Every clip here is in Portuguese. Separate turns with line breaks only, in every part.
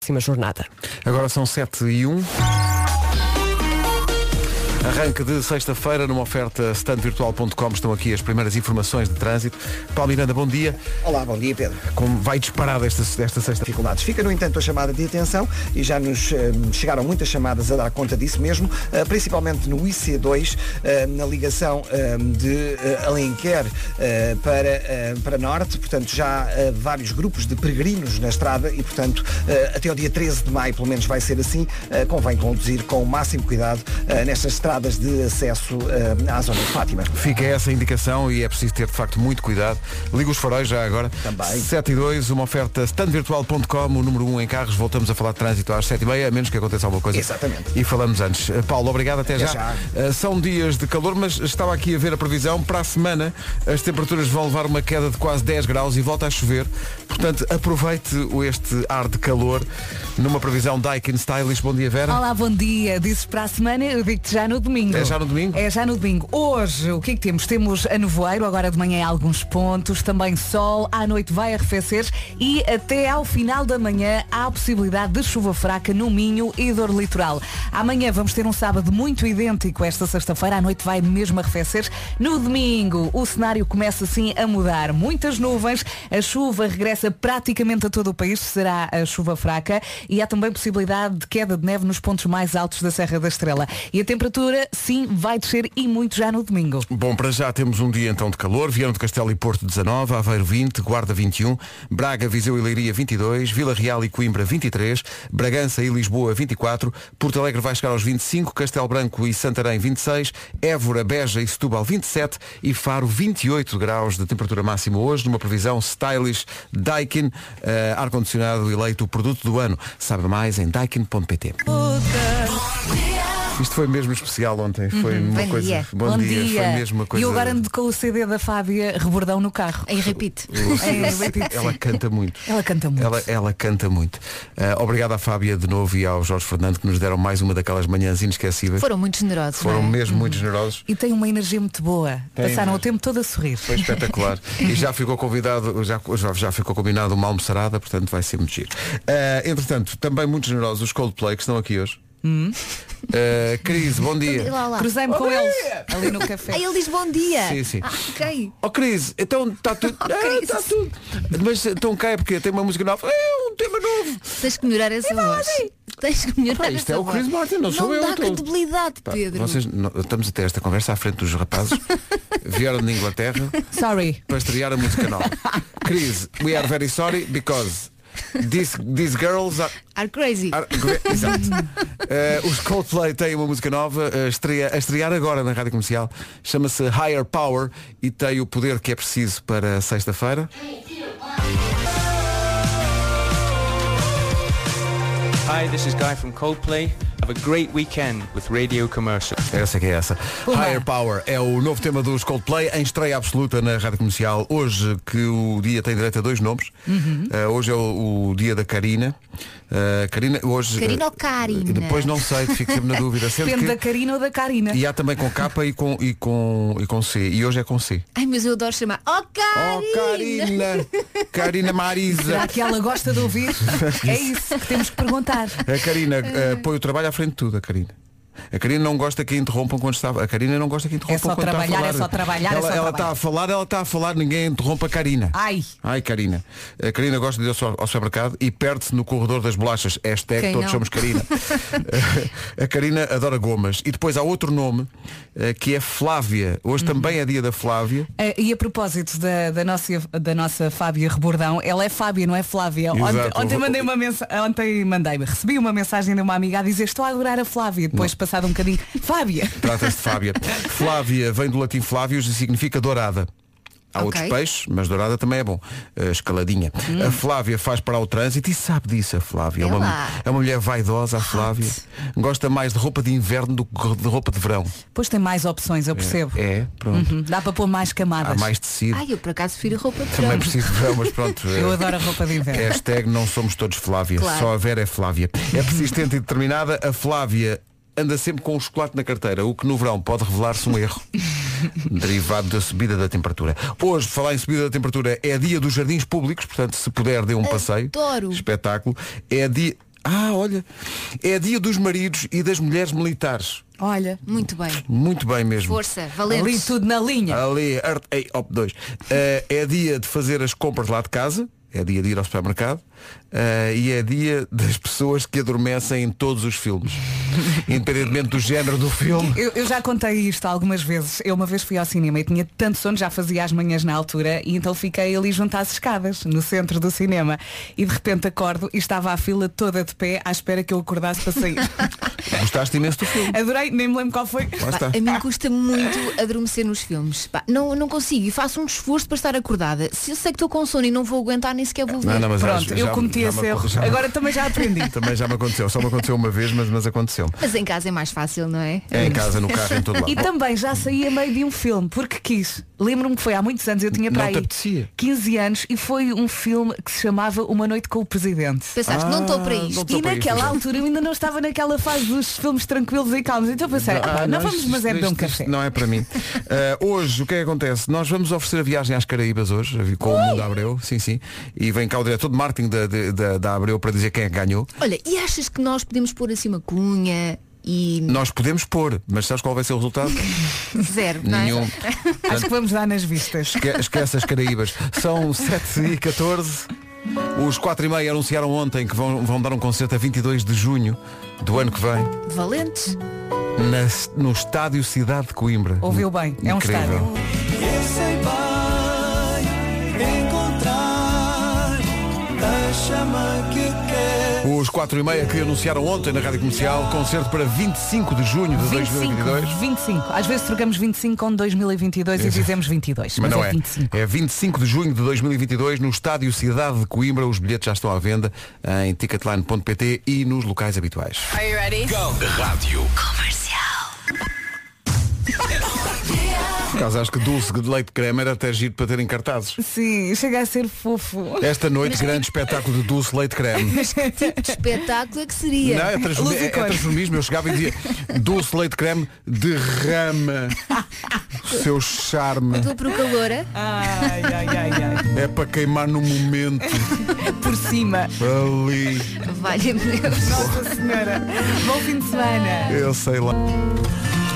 próxima jornada.
Agora são 7 e 1. Arranque de sexta-feira numa oferta standvirtual.com. Estão aqui as primeiras informações de trânsito. Paulo Miranda, bom dia.
Olá, bom dia Pedro.
Como vai disparado esta, esta sexta?
Dificuldades. Fica, no entanto, a chamada de atenção e já nos eh, chegaram muitas chamadas a dar conta disso mesmo, eh, principalmente no IC2, eh, na ligação eh, de eh, Alenquer eh, para, eh, para Norte. Portanto, já eh, vários grupos de peregrinos na estrada e, portanto, eh, até ao dia 13 de maio, pelo menos vai ser assim, eh, convém conduzir com o máximo cuidado eh, nestas estradas de acesso eh, à zona de Fátima.
Fica essa indicação e é preciso ter de facto muito cuidado. Liga os faróis já agora.
Também.
7 e 2, uma oferta standvirtual.com, o número 1 em carros. Voltamos a falar de trânsito às 7 e meia, a menos que aconteça alguma coisa.
Exatamente.
E falamos antes. Eh, Paulo, obrigado, até,
Até
já.
já.
Eh, São dias de calor, mas estava aqui a ver a previsão. Para a semana as temperaturas vão levar uma queda de quase 10 graus e volta a chover. Portanto, aproveite o- este ar de calor numa previsão Daikin Stylish. Bom dia, Vera.
Olá, bom dia. Dizes para a semana, eu digo-te já no domingo.
É já no domingo?
É já no domingo. Hoje, o que é que temos? Temos a nevoeiro, agora de manhã em alguns pontos, também sol, à noite vai arrefecer e até ao final da manhã há a possibilidade de chuva fraca no Minho e dor litoral. Amanhã vamos ter um sábado muito idêntico a esta sexta-feira, à noite vai mesmo arrefecer. No domingo, o cenário começa assim a mudar. Muitas nuvens, a chuva regressa praticamente a todo o país, será a chuva fraca e há também possibilidade de queda de neve nos pontos mais altos da Serra da Estrela. E a temperatura, sim, vai descer e muito já no domingo.
Bom, para já temos um dia então de calor. Viana do Castelo e Porto 19, Aveiro 20, Guarda 21, Braga, Viseu e Leiria 22, Vila Real e Coimbra 23, Bragança e Lisboa 24, Porto Alegre vai chegar aos 25, Castelo Branco e Santarém 26, Évora, Beja e Setúbal 27 e Faro 28 graus de temperatura máxima hoje, numa previsão stylish Daikin, eh, ar-condicionado eleito o produto do ano. Sabe mais em daikin.pt. Isto foi mesmo especial ontem, foi uma coisa. Uhum. Bom, dia. foi mesmo uma coisa.
Uhum. E eu agora ando com o CD da Fábia Rebordão no carro.
Em repite.
Ela canta muito.
Ela canta muito.
Ela, ela canta muito. Ah, obrigado à Fábia de novo e ao Jorge Fernando que nos deram mais uma daquelas manhãs inesquecíveis.
Foram muito generosos.
Foram
não é?
mesmo muito generosos.
E tem uma energia muito boa.
Tem
Passaram
mesmo.
o tempo todo a sorrir.
Foi espetacular. e já ficou convidado, já, já, já ficou combinado uma almoçarada, portanto vai ser muito giro. Ah, entretanto, também muito generosos os Coldplay que estão aqui hoje.
Hum?
Ah, Cris, bom dia.
Lá, lá.
Cruzei-me com eles ali no café.
Ah, ele diz bom dia.
Sim, sim.
Ah, ok.
Oh Cris, então está tudo.
Oh, Cris.
está tudo. Mas então cai porque tem uma música nova. É um tema novo.
Tens que melhorar essa voz. Tens que melhorar
Pá, isto
essa
é o
voz.
Chris Martin, não sou eu,
Não dá
então.
credibilidade,
Pá,
Pedro.
Vocês não- estamos a ter esta conversa à frente dos rapazes. Vieram da Inglaterra
Sorry.
para estrear a música nova. Cris, we are very sorry because these, these girls are.
Are crazy.
are- Exato. Eh, os Coldplay têm uma música nova eh, estreia- a estrear agora na rádio comercial. Chama-se Higher Power e tem o poder que é preciso para sexta-feira.
Hi, this is Guy from Coldplay. Have a great weekend with Radio Commercial.
Essa que é essa. Higher Power é o novo tema dos Coldplay em estreia absoluta na Rádio Comercial. Hoje que o dia tem direito a dois nomes.
Uhum.
Eh, hoje é o, o dia da Karina. Eh, Karina hoje.
Karina
eh,
ou Karina?
e Depois não sei, fico sempre na dúvida. Sendo
Depende
que-
da Karina ou da Karina.
E há também com K e com, e, com, e com C. E hoje é com C.
Ai, mas eu adoro chamar. Oh, Karina!
Oh, Karina! Karina Marisa!
Será que ela gosta de ouvir? é isso que temos que perguntar.
A Karina eh, põe o trabalho à frente de tudo, a Karina. A Karina não gosta que a interrompam quando está. A Karina não gosta que a interrompam
É só
quando está a
trabalhar,
falar.
é só trabalhar, é
ela,
só
ela
trabalhar.
está a falar, ela está a falar, ninguém interrompe a Karina.
Ai.
Ai, Karina. A Karina gosta de ir ao su- ao supermercado e perde-se no corredor das bolachas. Hashtag
Quem
todos
não?
somos Karina. a Karina adora gomas. E depois há outro nome eh, que é Flávia. Hoje
Uhum.
também é dia da Flávia.
Ah, e a propósito da, da, nossa, da nossa Fábia Rebordão, ela é Fábia, não é Flávia. Ontem,
Exato.
ontem mandei uma mensagem, ontem mandei, recebi uma mensagem de uma amiga a dizer estou a adorar a Flávia. Depois passado um bocadinho, Fábia.
Trata-se de Fábia. Flávia vem do latim Flávios e significa dourada. Há
Ok. Hum.
outros peixes, mas dourada também é bom. Eh, escaladinha. A Flávia faz parar o trânsito e sabe disso a Flávia. É
Vê
uma,
lá.
é uma mulher vaidosa, a Flávia. Gosta mais de roupa de inverno do que de roupa de verão.
Depois tem mais opções, eu percebo.
É, pronto.
Uhum, Dá para pôr mais camadas.
Há mais tecido.
Ai, eu por acaso prefiro roupa de
Também
verão.
preciso de verão, mas pronto. eh,
Eu adoro a roupa de inverno.
Hashtag não somos todos Flávia.
Claro.
Só a Vera é Flávia. É persistente e determinada. A Flávia anda sempre com o chocolate na carteira, o que no verão pode revelar-se um erro. Derivado da subida da temperatura. Hoje, por falar em subida da temperatura, é dia dos jardins públicos, portanto, se puder, dê um passeio.
Adoro.
Espetáculo. É dia. Ah, olha. É dia dos maridos e das mulheres militares.
Olha.
Muito bem.
Muito bem mesmo.
Força,
Ali
valente.
tudo na linha.
Ali, Art Ei, Op 2. Eh, é dia de fazer as compras lá de casa, é dia de ir ao supermercado eh, e é dia das pessoas que adormecem em todos os filmes. Independentemente do género do filme.
Eu, eu já contei isto algumas vezes. Eu uma vez fui ao cinema e tinha tanto sono, já fazia às manhãs na altura, e então fiquei ali junto às escadas, no centro do cinema. E de repente acordo e estava a fila toda de pé à espera que eu acordasse para sair.
Gostaste imenso do filme.
Adorei, nem me lembro qual foi.
Lá
Pá,
está.
a mim custa muito adormecer nos filmes. Pá, não, não consigo e faço um esforço para estar acordada. Se eu sei que estou com sono e não vou aguentar, nem sequer vou ver.
Não, não, mas
Pronto,
já-
eu
já-
cometi
já
esse
me-
erro.
já me-
Agora também já aprendi.
Também já me aconteceu. Só me aconteceu uma vez, mas, mas aconteceu.
Mas em casa é mais fácil, não é?
É em casa, no carro, em todo lado.
E também já saí a meio de um filme, porque quis. Lembro-me que foi há muitos anos, eu tinha
Não te
para aí
apetecia?
15 anos e foi um filme que se chamava Uma Noite com o Presidente.
Pensaste, não estou para
Ah, não
isto.
estou
E
para
naquela
isto,
altura eu ainda não estava naquela fase dos filmes tranquilos e calmos. Então pensei, ah, pá, não, vamos,
isto-
mas é beber um
isto- isto
café.
Não é para mim. Ah, hoje, o que é que acontece? Nós vamos oferecer a viagem às Caraíbas hoje, com o Mundo Abreu, sim, sim. E vem cá o diretor de marketing da, de- da, da Abreu para dizer quem é que ganhou.
Olha, e achas que nós podemos pôr assim uma cunha e
Nós podemos pôr, mas sabes qual vai ser o resultado?
zero, não é?
Nenhum.
Acho que vamos dar nas vistas.
Esque- Esquece as Caraíbas. São 7 e 14 Os 4 e meia anunciaram ontem que vão, vão dar um concerto a 22 de junho do ano que vem
Valentes.
na- no Estádio Cidade de Coimbra.
Ouviu bem, é um
Incrível.
estádio.
Os 4 e meia que anunciaram ontem na Rádio Comercial, concerto para 25 de junho de
25,
2022.
25. Às vezes trocamos 25 com 2022 e dizemos 22.
Mas não é.
25.
É 25 de junho de 2022 no Estádio Cidade de Coimbra. Os bilhetes já estão à venda em ticketline.pt e nos locais habituais. Por causa, acho que doce de leite de creme era até giro para terem cartazes.
Sim, chega a ser fofo.
Esta noite, grande espetáculo de doce leite de creme.
Que espetáculo é que
Não,
seria?
é, transformi-
Luz e
é- é
cor.
transformismo. Eu chegava e dizia, doce leite de creme derrama o seu charme.
Estou para o calor. é?
Ai, ai, ai, ai.
É para queimar no momento.
Por cima.
Ali.
Valha-me Deus.
Nossa Senhora. Bom fim de semana.
Eu sei lá.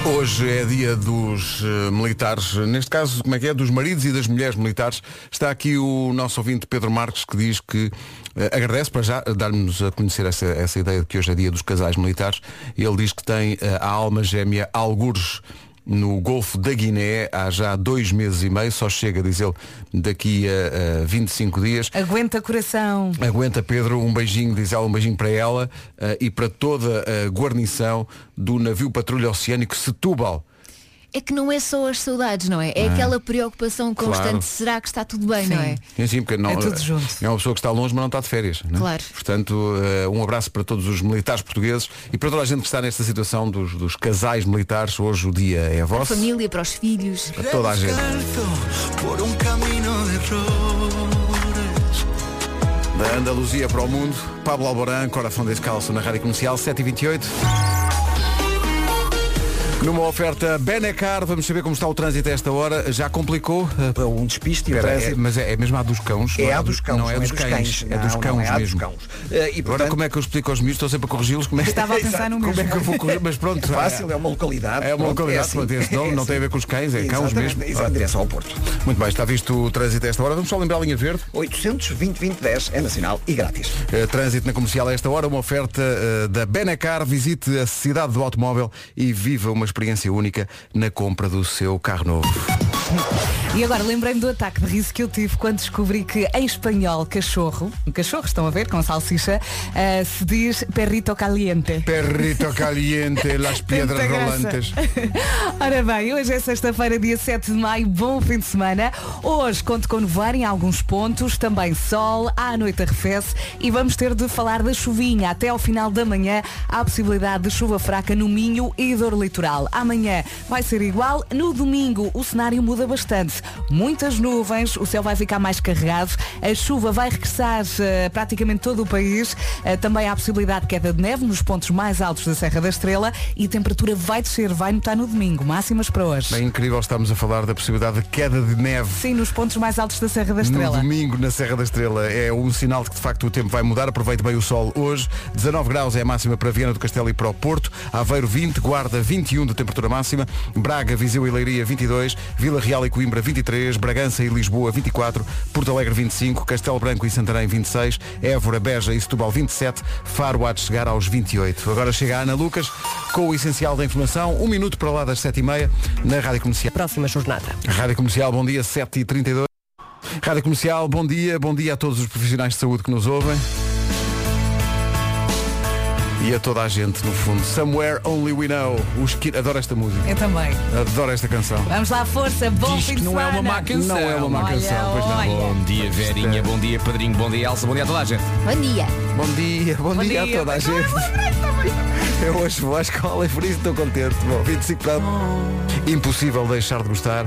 Hoje é dia dos eh, militares, neste caso, como é que é? Dos maridos e das mulheres militares. Está aqui o nosso ouvinte Pedro Marques que diz que eh, agradece para já eh, dar-nos a conhecer essa, essa ideia de que hoje é dia dos casais militares. Ele diz que tem eh, a alma gêmea algures no Golfo da Guiné há já dois meses e meio, só chega, diz ele, daqui a, a 25 dias.
Aguenta coração.
Aguenta Pedro, um beijinho, diz ela, um beijinho para ela eh, e para toda a guarnição do navio patrulha oceânico Setúbal.
É que não é só as saudades, não é? É aquela preocupação constante.
Claro.
Será que está tudo bem, não é?
Sim, sim, porque não,
É tudo junto.
é uma pessoa que está longe, mas não está de férias. não é?
Claro.
Portanto, eh, um abraço para todos os militares portugueses e para toda a gente que está nesta situação dos, dos casais militares. Hoje o dia é
Para a
vosso.
família, para os filhos.
A toda a gente. Da Andaluzia para o mundo, Pablo Alborán, Coração Descalço na Rádio Comercial, 7h28. Numa oferta Benecar, vamos saber como está o trânsito a esta hora. Já complicou? Uh,
Um despiste e o
espera, é-
trânsito.
mas é, é mesmo a dos cãos? não
É a dos cãos,
Não é a dos cães, é dos
Não,
cães
não, é a dos
mesmo.
cãos. Eh, E
Agora
portanto,
como é que eu explico aos miúdos? Estou sempre a corrigi-los. Como é,
Estava a pensar no
como é que eu
mesmo.
vou corrigir? Mas pronto,
fácil, é uma localidade.
É uma
pronto,
localidade, pronto, esse nome não tem a ver com os cães, é cãos
Exatamente,
mesmo.
Exato, em direção ao Porto.
Muito bem, está visto o trânsito a esta hora. Vamos só lembrar a linha verde.
820 2010 é nacional e grátis.
Eh, Trânsito na comercial a esta hora, uma oferta eh, da Benacar. Visite a cidade do automóvel e viva uma experiência única na compra do seu carro novo.
E agora lembrei-me do ataque de riso que eu tive quando descobri que em espanhol cachorro, um cachorro estão a ver com salsicha, ah, se diz perrito caliente.
Perrito caliente, las piedras
Tanta graça.
rolantes.
Ora bem, hoje é sexta-feira, dia 7 de maio, bom fim de semana. Hoje conto com nevoeiro em alguns pontos, também sol, à noite arrefece e vamos ter de falar da chuvinha. Até ao final da manhã há a possibilidade de chuva fraca no Minho e dor litoral. Amanhã vai ser igual, no domingo o cenário muda ajuda bastante. Muitas nuvens, o céu vai ficar mais carregado, a chuva vai regressar eh, praticamente todo o país. Eh, também há a possibilidade de queda de neve nos pontos mais altos da Serra da Estrela e a temperatura vai descer, vai notar no domingo. Máximas para hoje.
É incrível estarmos a falar da possibilidade de queda de neve
Sim, nos pontos mais altos da Serra da
no
Estrela.
domingo na Serra da Estrela. É um sinal de que de facto o tempo vai mudar. Aproveite bem o sol hoje. 19 graus é a máxima para Viana do Castelo e para o Porto. Aveiro 20, Guarda 21 de temperatura máxima. Braga, Viseu e Leiria 22. Vila Real e Coimbra 23. Bragança e Lisboa 24. Porto Alegre 25. Castelo Branco e Santarém 26. Évora, Beja e Setúbal 27. Faro há de chegar aos 28. Agora chega a Ana Lucas com o essencial da informação. Um minuto para lá das 7h30 na Rádio Comercial.
Próxima jornada.
Rádio Comercial, bom dia, 7h32. Rádio Comercial, bom dia, bom dia a todos os profissionais de saúde que nos ouvem. E a toda a gente, no fundo. Somewhere Only We Know. Os que... Adoro esta música,
Eu também.
adoro esta canção.
Vamos lá, força, bom fim de semana.
Não é uma má
Olha,
canção, pois não.
olha.
Bom dia, Verinha. Bom dia, Padrinho. Bom dia, Elsa. Bom dia a toda a gente.
Bom dia.
Bom dia, bom,
Bom
dia,
dia.
a toda a gente. Eu É hoje vou à escola e por isso estou contente. Bom, 25 para... Impossível deixar de gostar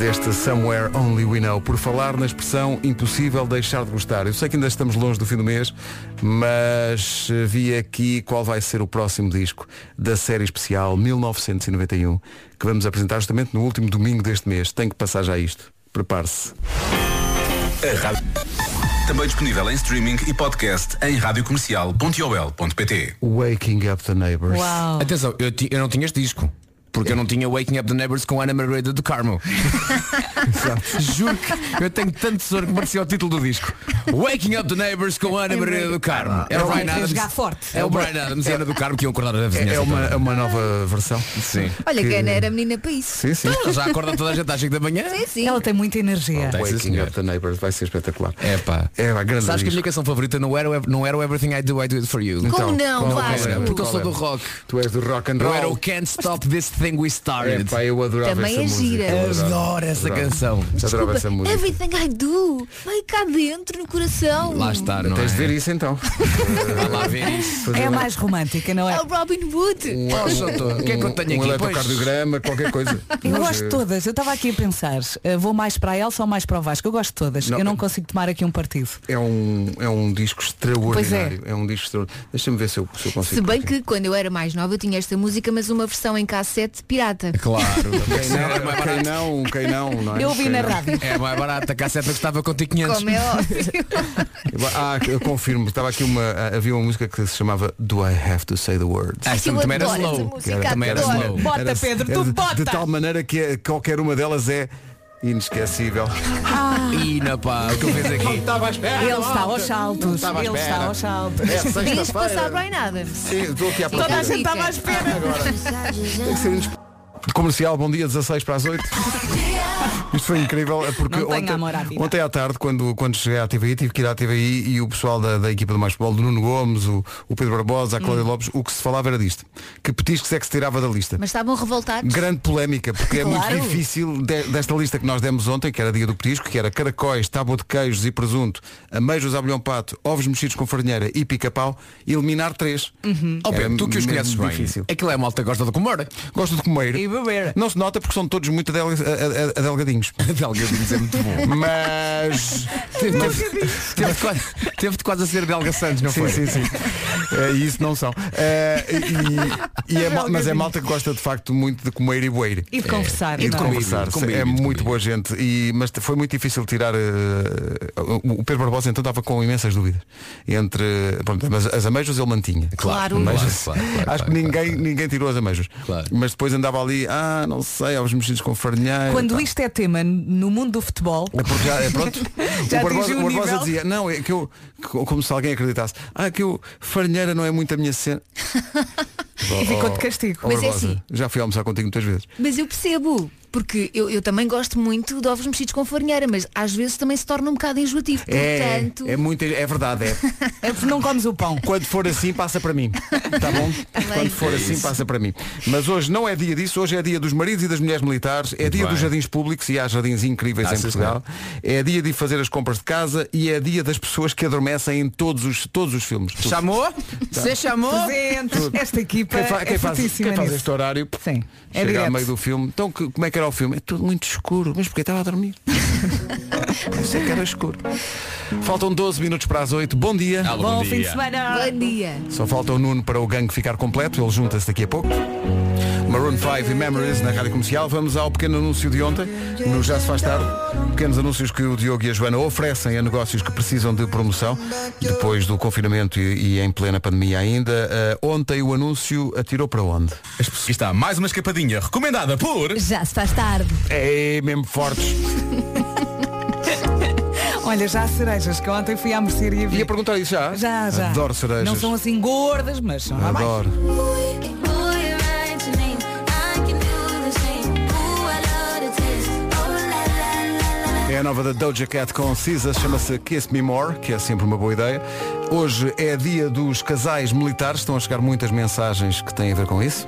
deste Somewhere Only We Know. Por falar na expressão impossível deixar de gostar. Eu sei que ainda estamos longe do fim do mês, mas eh, vi aqui qual vai ser o próximo disco da série especial 1991 que vamos apresentar justamente no último domingo deste mês. Tem que passar já isto. Prepare-se.
Também disponível em streaming e podcast em radiocomercial.ol.pt
Waking Up the Neighbors.
Uau.
Atenção, eu, ti- eu não tinha este disco. Porque eu não tinha Waking Up the Neighbors com Ana Margarida do Carmo. Juro que eu tenho tanto tesouro que merecia o título do disco. Waking Up the Neighbors com Ana Margarida do Carmo. É o Brian Adams.
Rasgar forte.
É o Brian Adams e Ana do Carmo que iam acordar a
É,
vizinhança.
é uma,
toda.
é uma nova versão.
Sim.
Olha,
Que-
que Ana era menina para isso.
Sim, sim.
Já acorda toda a gente às 5 da manhã?
Sim, sim.
Ela tem muita energia.
Tem, sim,
Waking
senhor.
Up the Neighbors vai ser espetacular.
É pá.
É, vai, grande
Sabes que a minha
disco.
canção favorita não era, o Ev- não era o Everything I Do, I Do It For You.
Como não,
qual
Não
é?
era,
Vasco?
porque eu
Qual
sou
é?
do rock.
Tu és do rock and roll.
Eu era o Can't Stop This Thing We
É,
Started.
pá, eu adorava
Também
essa
é
música.
gira.
Eu
Adoro essa
adorava.
canção.
Adorava essa
Desculpa, é
música.
everything I do vai cá dentro no coração.
Lá está, não
Tens
é?
de ver isso então.
Vá lá ver isso.
Fazer
É
um-
mais um romântica, não
É
é?
o Robin Hood.
O que é que eu tenho
um
aqui?
eletrocardiograma, qualquer coisa.
Eu
Mas,
gosto de
eh,
todas. Eu estava aqui a pensar, eh, vou mais para a Elsa ou mais para o Vasco? Eu gosto de todas.
Não,
eu não
eu-
consigo tomar aqui um partido.
É um, é um disco extraordinário. É. um disco extraordinário. Deixa-me ver se eu, se eu consigo.
Se bem que quando eu era mais nova eu tinha esta música, mas uma versão em cassete pirata.
Claro.
Quem não, quem não, quem não, não é?
Eu ouvi
Quem
na
não.
rádio.
É mais barata, a casseta custava contigo 500.
Como é óbvio.
Ah, eu confirmo. Estava aqui uma. ah, Havia uma música que se chamava Do I Have to Say the Words?
Essa também era
Eu adoro essa
slow.
música,
Também era
adoro.
slow.
Bota,
Era-
Pedro,
era
tu
de-
bota!
De tal maneira que eh, qualquer uma delas é inesquecível.
Ah.
E na pá, o que eu fiz aqui?
Ele está aos saltos. Ele está aos saltos.
Dias passar Brian Adams.
É Sim, estou aqui à
Toda
procura.
a gente estava à
espera.
Tem que ser um indisp- Comercial, bom dia, 16 para as 8. Isto foi incrível, é porque
Não tenho
ontem,
amor à vida.
ontem à tarde, quando, quando cheguei à TVI, tive que ir à TVI e o pessoal da, da equipa do Mais Futebol, do Nuno Gomes, o, o Pedro Barbosa, a Cláudia
Hum.
Lopes, o que se falava era disto. Que petiscos é que se tirava da lista?
Mas estavam revoltados.
Grande polémica, porque é
Claro.
muito difícil de- desta lista que nós demos ontem, que era dia do petisco, que era caracóis, tábua de queijos e presunto, ameijos à bolhão pato, ovos mexidos com farinheira e pica-pau, eliminar três.
Uhum. Ó Pedro,
Era
tu que os
mesmo
conheces bem.
difícil.
Aquilo é a malta que gosta de comer.
Gosto de comer.
E beber.
Não se nota porque são todos muito adel- a- a- adelgadinhos.
Delgadinhos é muito bom.
Mas.
Teve- Teve de quase- teve de quase a ser Delga Santos, não
Sim,
foi?
sim, sim. É, E isso não são. É, e- e é mal- mas é malta que gosta de facto muito de comer e boeir.
E de conversar.
E de
não é?
conversar,
Convívio,
é
convívio, convívio.
muito boa gente, e, mas foi muito difícil tirar. eh, o Pedro Barbosa então estava com imensas dúvidas. Entre. pronto, mas as ameijas ele mantinha.
Claro.
Ameijas-
Claro, claro, claro,
Acho que
claro,
ninguém,
claro.
ninguém tirou as ameijas.
Claro.
Mas depois andava ali, ah, não sei, aos mexidos com farinheira.
Quando
pá.
isto é tema no mundo do futebol,
tá. É porque já, é pronto.
Já
o Barbosa,
atingiu
o
o
Barbosa
nível.
dizia, não, é que eu, co- como se alguém acreditasse, ah, que eu, farinheira não é muito a minha cena.
e ficou de castigo.
Ó,
Mas é
Barbosa,
assim.
Já fui almoçar contigo muitas vezes.
Mas eu percebo, porque eu, eu também gosto muito de ovos mexidos com farinheira, mas às vezes também se torna um bocado enjoativo. Portanto,
é muito, é verdade, é.
É porque não comes o pão.
Quando for assim, passa para mim. Tá bom? Quando for assim, passa para mim. Mas hoje não é dia disso, hoje é dia dos maridos e das mulheres militares, é dia
bem.
dos jardins públicos e há jardins incríveis
Tá
Ah,
em
sim,
Portugal, é dia de fazer as compras de casa e é dia das pessoas que adormecem em todos os, todos os filmes. Tá. Tudo.
Chamou? Você chamou?
Presentes. Esta equipa
Quem, fa- quem
é
faz,
fortíssima
quem faz
nisso.
este horário
Sim, é
chega ao
direto.
meio do filme. Então que- como é que era ao filme, é tudo muito escuro, mas porque estava a dormir. Pensei que era escuro. Faltam 12 minutos para as 8. Bom dia.
Bom, fim de semana.
Bom dia.
Só falta o Nuno para o gangue ficar completo, ele junta-se daqui a pouco. Maroon 5 e Memories na Rádio Comercial. Vamos ao pequeno anúncio de ontem, no Já se faz tarde. Pequenos anúncios que o Diogo e a Joana oferecem a negócios que precisam de promoção, depois do confinamento e, e em plena pandemia ainda. Ah, ontem o anúncio atirou para onde?
Aqui está mais uma escapadinha recomendada por.
Já se faz tarde.
É mesmo fortes.
Olha, já há cerejas, que ontem fui à mercearia e vi.
Ia perguntar isso já?
Já, já.
Adoro cerejas.
Não são assim gordas, mas são lá mais.
Adoro. É a nova da Doja Cat com Cisa, chama-se Kiss Me More, que é sempre uma boa ideia. Hoje é dia dos casais militares, estão a chegar muitas mensagens que têm a ver com isso.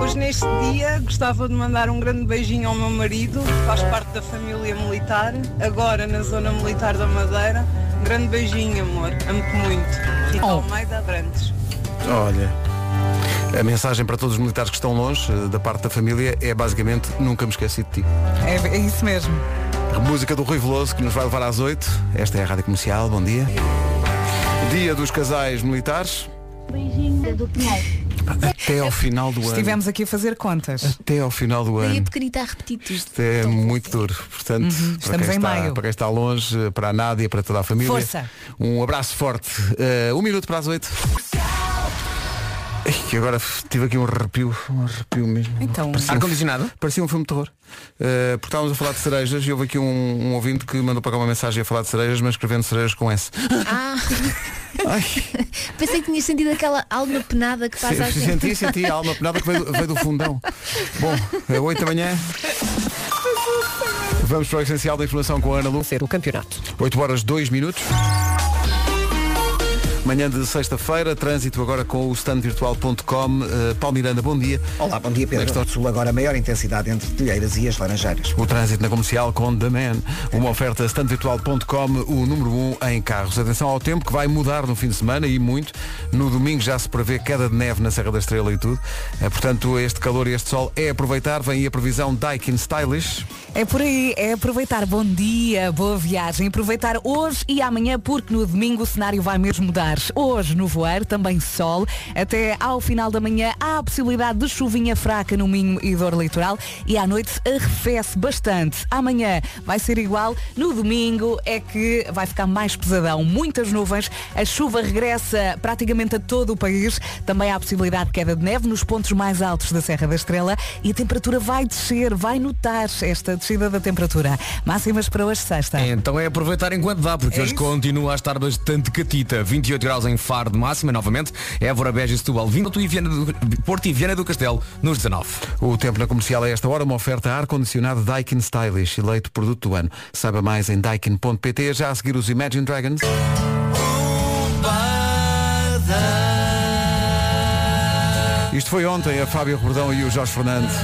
Hoje neste dia gostava de mandar um grande beijinho ao meu marido, que faz
É.
parte da família militar, agora na zona militar da Madeira. Um grande beijinho, amor. Amo-te muito. Rita
Oh.
Almeida Abrantes.
Olha. A mensagem para todos os militares que estão longe, eh, da parte da família, é basicamente nunca me esqueci de ti.
É, é isso mesmo.
A música do Rui Veloso que nos vai levar às 8. Esta é a Rádio Comercial, bom dia. Dia dos casais militares. Beijinho do Até ao final do ano.
Estivemos aqui a fazer contas.
Até ao final do
Daí a
ano.
É pequenita a repetir tudo.
Isto é muito duro. Portanto, para,
Uhum. estamos
quem
em
está,
maio.
para quem está longe, para a Nádia, para toda a família.
Força.
Um abraço forte. Eh, um minuto para as 8. Que agora tive aqui um arrepio, um arrepio mesmo.
Então,
Ar-condicionado?
Parecia um filme de terror. Uh, porque estávamos a falar de cerejas e houve aqui um, um ouvinte que mandou para cá uma mensagem a falar de cerejas, mas escrevendo cerejas com S.
Ah,
Ai,
pensei que tinha sentido aquela alma penada que faz às
se-
vezes.
senti, senti a alma penada que veio, do- veio do fundão. Bom, é 8 da manhã. Vamos para o essencial da informação com a Ana Lu.
Ser o campeonato.
8 horas 2 minutos. Manhã de sexta-feira, trânsito agora com o standvirtual.com. Uh, Paulo Miranda, bom dia.
Olá, bom dia Pedro.
Como é
Norte Sul agora a maior intensidade entre Telheiras e as Laranjeiras.
O trânsito na comercial com The Man. Uma oferta standvirtual.com, o número 1 um em carros. Atenção ao tempo que vai mudar no fim de semana e muito. No domingo já se prevê queda de neve na Serra da Estrela e tudo. Eh, Portanto, este calor e este sol é aproveitar. Vem aí a previsão Daikin Stylish.
É por aí, é aproveitar. Bom dia, boa viagem. Aproveitar hoje e amanhã, porque no domingo o cenário vai mesmo mudar. Hoje, no voeiro, também sol. Até ao final da manhã há a possibilidade de chuvinha fraca no Minho e dor litoral. E à noite arrefece bastante. Amanhã vai ser igual. No domingo é que vai ficar mais pesadão. Muitas nuvens. A chuva regressa praticamente a todo o país. Também há a possibilidade de queda de neve nos pontos mais altos da Serra da Estrela. E a temperatura vai descer. Vai notar esta descida da temperatura. Máximas para hoje, sexta.
Então é aproveitar enquanto dá, porque
É
hoje
isso.
continua a estar bastante catita. 28 graus em Faro de máxima, novamente. Évora, Beja e Setúbal, 20 Porto e Viana do- Porto e Viana do Castelo, nos 19.
O tempo na comercial a esta hora, uma oferta ar-condicionado Daikin Stylish, eleito produto do ano. Saiba mais em daikin.pt. Já a seguir os Imagine Dragons. Isto foi ontem, a Fábio Rebordão e o Jorge Fernandes.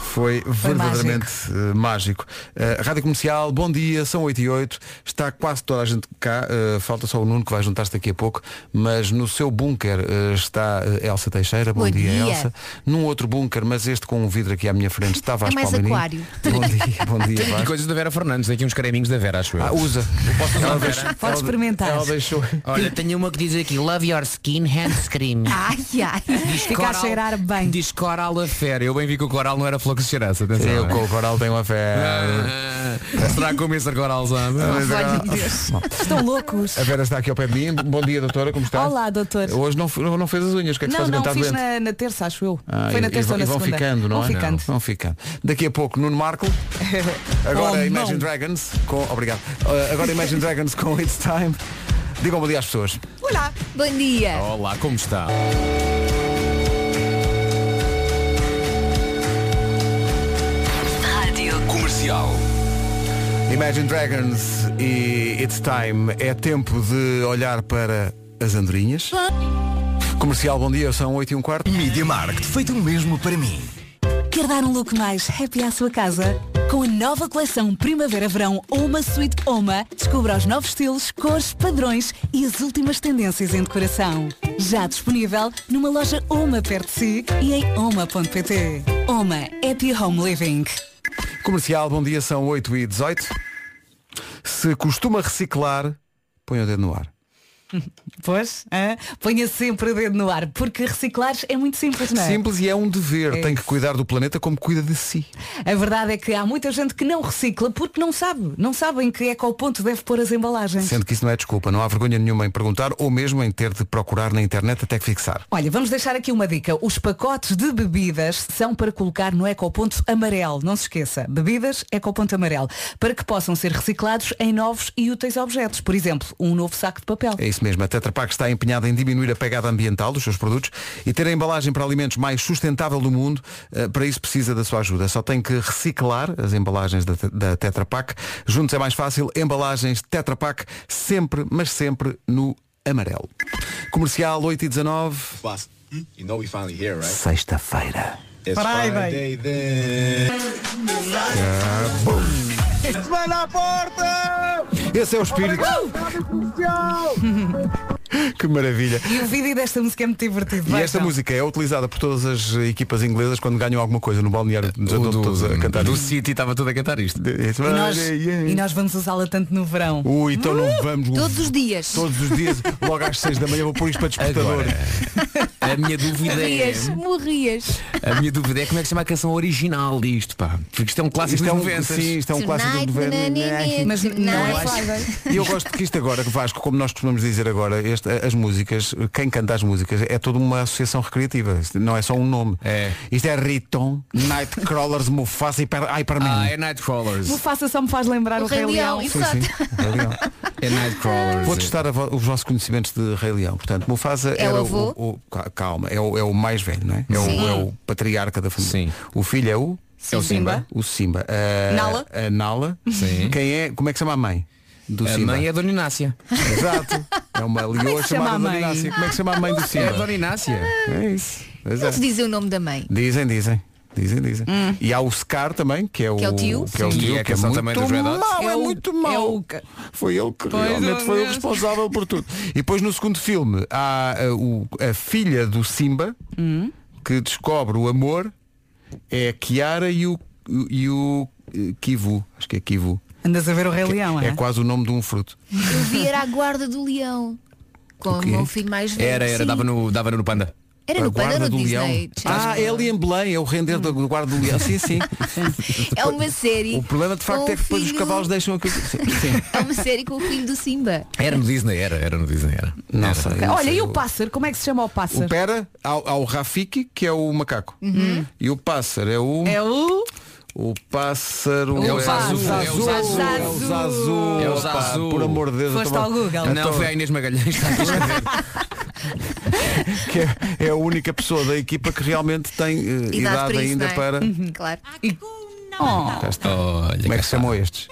Foi verdadeiramente eh, mágico. Eh, Rádio Comercial, bom dia, são 8 e 8. Está quase toda a gente cá. eh, falta só o Nuno que vai juntar-se daqui a pouco. Mas no seu bunker eh, está eh, Elsa Teixeira. Bom,
Bom
dia,
dia.
Elsa. Num outro bunker, mas este com um vidro aqui à minha frente, está
É
Vasco
mais
Palmeirinho.
aquário.
Bom dia, bom dia,
E
Vasco.
coisas da Vera Fernandes, aqui uns creminhos da Vera, acho eu.
Ah, usa. Ela deixou-
Pode
ela-
experimentar.
Ela deixou.
Olha, tenho uma que diz aqui, love your skin, hands cream.
Ai, ai.
Fica a cheirar bem.
Diz coral a fera. Eu bem vi que o coral não era flor cheirança. Atenção. é?
Eu com o coral tenho uma fé.
Ah, Será que o Mr. Coral sabe?
Olha, Deus.
Estão loucos.
A Vera está aqui ao pé de mim. Bom dia, doutora, como está?
Olá, doutor.
Hoje não, não não fez as unhas, o que é que
Não,
se faz
não,
quando
fiz
está doente?
na, na terça, acho eu.
Ah,
Foi
e-
na
e
terça
vão-
ou na
e vão
segunda.
ficando, não
Vão
é?
ficando.
Vão ficando. Daqui a pouco, Nuno Marco. Agora
Oh,
Imagine
não.
Dragons com. Obrigado. Uh, agora Imagine Dragons com It's Time. Digam bom dia às pessoas.
Bom dia.
Olá, como está?
Comercial.
Imagine Dragons e It's Time. É tempo de olhar para as andorinhas. Comercial, bom dia, são 8 e um quarto.
Media Market, feito mesmo para mim.
Quer dar um look mais happy à sua casa? Com a nova coleção Primavera-Verão Oma Suite Oma, descubra os novos estilos, cores, padrões e as últimas tendências em decoração. Já disponível numa loja Oma perto de si e em oma.pt. Oma Happy Home Living.
Comercial, bom dia, são 8 e 18 Se costuma reciclar, põe o dedo no ar.
Pois, hã? ponha sempre o dedo no ar, porque reciclar é muito simples, não é?
Simples e é um dever.
É
Tem que
isso.
cuidar do planeta como cuida de si.
A verdade é que há muita gente que não recicla porque não sabe. Não sabe em que é qual ponto deve pôr as embalagens.
Sendo que isso não é desculpa. Não há vergonha nenhuma em perguntar ou mesmo em ter de procurar na internet até que fixar.
Olha, vamos deixar aqui uma dica. Os pacotes de bebidas são para colocar no ecoponto amarelo. Não se esqueça. Bebidas, ecoponto amarelo. Para que possam ser reciclados em novos e úteis objetos. Por exemplo, um novo saco de papel.
É isso mesmo. A Tetra Pak está empenhada em diminuir a pegada ambiental dos seus produtos e ter a embalagem para alimentos mais sustentável do mundo. Eh, Para isso precisa da sua ajuda. Só tem que reciclar as embalagens da, da Tetra Pak. Juntos é mais fácil. Embalagens Tetra Pak sempre, mas sempre no amarelo. Comercial 8 e 19. Sexta-feira.
É
Parai, bem.
Esse é o espírito. que maravilha.
E o vídeo desta música é muito divertido.
E
Vai,
esta
João.
música é utilizada por todas as equipas inglesas quando ganham alguma coisa no balneário. Já
O
estão todos a cantar é,
do
isto.
City estava tudo a cantar isto.
It's
E nós,
Friday.
e nós vamos usá-la tanto no verão. Uh!
Ui, então não vamos.
Todos os dias.
Todos os dias, logo às 6 da manhã, vou pôr isto para despertador.
Agora, a minha dúvida é.
Morrias, morrias.
A minha dúvida é como é que se chama a canção original disto, pá. Porque isto é um clássico
Isto é,
dos
um,
90.
sim, isto é um clássico do
Tonight,
governo.
nananina,
Mas não é
tonight,
acho.
Friday.
E eu gosto que isto agora, que Vasco, como nós costumamos dizer agora, este- as músicas, quem canta as músicas é toda uma associação recreativa, Isto não é só um nome.
É.
Isto é Riton, Nightcrawlers, Mufasa e Hyper- Hyperman.
Ah, é Nightcrawlers.
Mufasa só me faz lembrar o,
O Rei Leão,
Sim, sim. É legal.
É Nightcrawlers.
Vou testar a vo- os vossos conhecimentos de Rei Leão. Portanto, Mufasa
É o
era
avô?
o, ca- Calma, é o, é o mais velho, não é? É o,
Sim.
é o patriarca da família.
Sim.
O filho é o.
É o Simba.
O Simba. A,
Nala.
A Nala.
Sim.
Quem é? Como é que se chama a mãe? Do
A
Simba.
mãe é a Dona Inácia.
Exato. É uma leoa
que se chama
chamada
a
Dona
mãe?
Inácia. Como é que se chama a mãe do
É a
Simba?
Dona Inácia.
É isso. Pois é.
Não se dizem o nome da mãe.
Dizem, dizem. Dizem, dizem. E há o Scar também, que é o,
Que é o tio.
Que é, o
Sim.
tio,
E é a
que é
canção
muito
também dos Red Hot.
mau, é,
É o-
muito
é
mau.
o ca-
Foi ele que realmente
oh,
foi o
meu.
responsável por tudo. E depois no segundo filme há a, o- a filha do Simba
Hum?
que descobre o amor, é a Kiara e o, e o eh, Kivu. Acho que é Kivu.
Andas a ver o Rei Leão,
é
é?
quase o nome de um fruto.
Eu vi era a guarda do leão. Com
O
o
quê?
meu Um filho mais velho.
Era, era,
Sim.
dava no, dava no Panda.
Era no Panda do Disney. Hum.
Ah, Alien Blaine, é o render do do guarda do leão. Sim, sim.
É uma série.
O problema de facto
com
é que depois os
filho-
cavalos deixam aquilo. Sim, sim.
É uma série com o filho do Simba.
Era no Disney, era, era no Disney, era.
Não sei. não
Olha,
sei.
e o pássaro? Como é que se chama o pássaro?
O pera ao, ao Rafiki, que é o macaco.
Uhum.
E o pássaro é o.
É o...
O pássaro.
O
é
Zazu,
é o Zazu.
É o Zazu.
É o Então.
Pá,
Zazu.
Por amor de Deus. eu
Foste
tava-
ao Google.
eu
Não,
tava-
foi a Inês Magalhães.
que é, é a única pessoa da equipa que realmente tem eh, idade,
Idade para isso,
ainda
não é?
para.
Claro.
Oh,
Olha,
Como é
cá
que se
está.
chamam estes?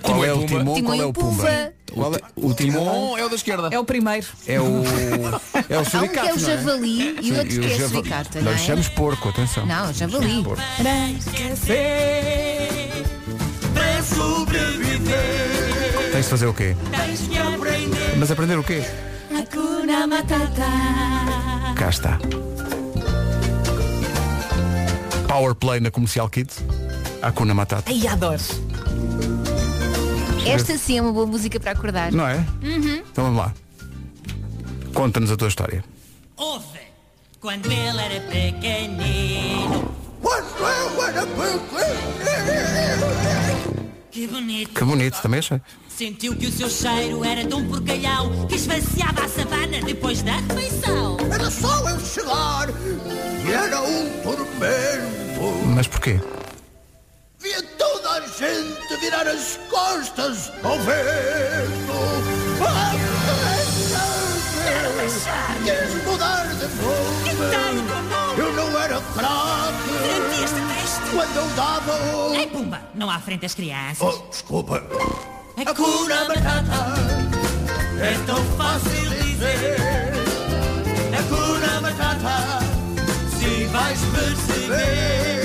Qual
Timão e
é o
Pumba.
Timon?
Timão
Qual
e
é o Pumba?
Pumba.
Qual é- O Timon
Timon um é o da esquerda.
é o primeiro.
é o. É o
Há um que é
suricato.
o
não é?
javali e o outro
Sim,
que é
java-
a suricata, não
Nós
é?
chamamos porco, atenção.
Não, javali.
Porco. Tens de fazer o quê? Mas aprender o quê? Cá está. Power Play na Comercial Kids. Hakuna Matata.
Ai, adoro.
Esta sim é uma boa música para acordar. Uhum.
Não é? Então vamos lá. Conta-nos a tua história.
Ouve, quando ele era pequenino. Que bonito.
Que bonito, também achei.
Sentiu que o seu cheiro era de um porcalhau que esvaziava a savana depois da refeição.
Mas porquê?
Eu não era fraco. Durante este texto. Quando eu dava. Ei, Pumba, não há frente às crianças. Oh, desculpa. A cura batata é tão fácil dizer. A cura batata, se vais perceber. É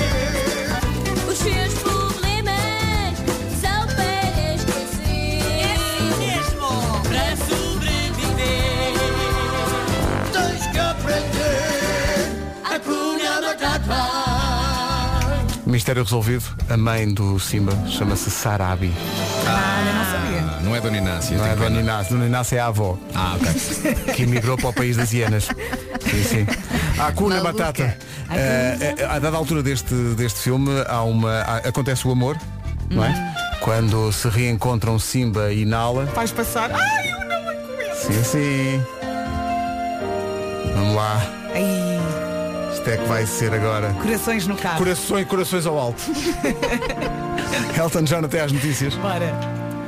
Mistério resolvido, a mãe do Simba chama-se Sarabi.
Ah, não sabia.
Não é Dona Inácia. Não é Dona Inácia. Dona Inácia é a avó. Ah, ok. que emigrou para o país das hienas. Sim, sim. A Cuna
Maluca.
Batata.
Há
Eh, eh, a dada altura deste, deste filme, há uma, há- acontece o amor, não é?
Hum.
Quando se reencontram Simba e Nala.
Vais passar. Ai, eu não
Sim, sim. Vamos lá. Isto é que vai ser agora.
Corações no carro.
Corações, corações ao alto. Elton John até às notícias.
Bora.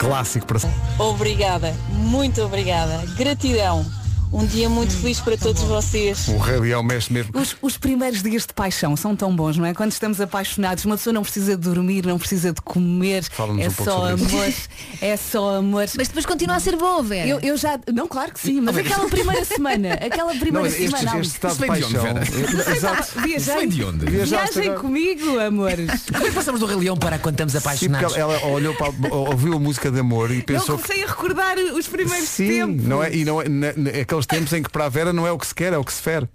Clássico para
Obrigada, muito obrigada. Gratidão. Um dia muito feliz para todos vocês.
O rabião mexe mesmo.
Os, os primeiros dias de paixão são tão bons, não é? Quando estamos apaixonados, uma pessoa não precisa de dormir, não precisa de comer.
Fala-nos
É
um pouco
só
sobre isso.
amor. É só amor. Mas
depois continua a ser bom, Vera.
Eu, eu já. Não, claro que sim, mas
Vera.
aquela primeira semana. Aquela primeira
Não, este-
semana. Ah,
este estado de Isso vem de paixão. onde, Vera?
Não sei,
Exato.
pá, Viajei.
Isso vem de onde? Viajaste
Viajem
agora?
comigo, amores.
Como passamos do Rei Leão para quando estamos
Sim, porque
apaixonados?
ela, ela olhou para, ouviu a música de amor e
Eu
pensou que
comecei a recordar os primeiros
sim,
tempos.
não é, e não é, na- na- aqueles tempos em que para a Vera não é o que se quer, é o que se fere.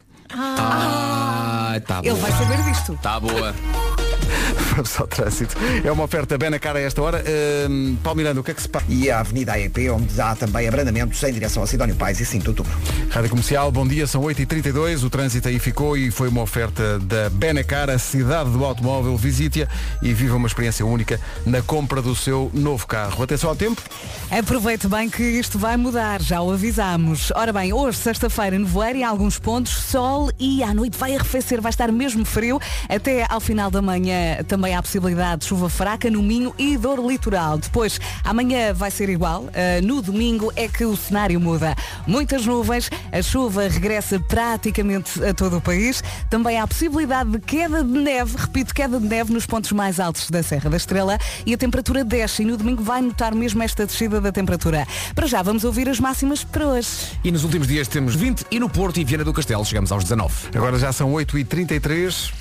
Ah, tá
Ele vai saber disto.
Está Tá boa. Vamos ao trânsito. É uma oferta bem na cara a esta hora. Hum, Paulo Miranda, o que é que se passa?
E a Avenida AEP, onde há também abrandamentos em direção a Sidónio Pais e 5 de outubro.
Rádio Comercial, bom dia, são 8h32, o trânsito aí ficou e foi uma oferta da Benacar, a cidade do automóvel, visite-a e viva uma experiência única na compra do seu novo carro. Atenção ao tempo.
Aproveite bem que isto vai mudar, já o avisámos. Ora bem, hoje, sexta-feira, nevoeiro em alguns pontos, sol e à noite vai arrefecer, vai estar mesmo frio. Até ao final da manhã também há possibilidade de chuva fraca no Minho e dor litoral. Depois, amanhã vai ser igual, ah, no domingo é que o cenário muda. Muitas nuvens, a chuva regressa praticamente a todo o país. Também há possibilidade de queda de neve, repito, queda de neve nos pontos mais altos da Serra da Estrela e a temperatura desce e no domingo vai notar mesmo esta descida da temperatura. Para já vamos ouvir as máximas para hoje.
E nos últimos dias temos 20 e no Porto e Viana do Castelo chegamos aos 19.
Agora já são 8h33.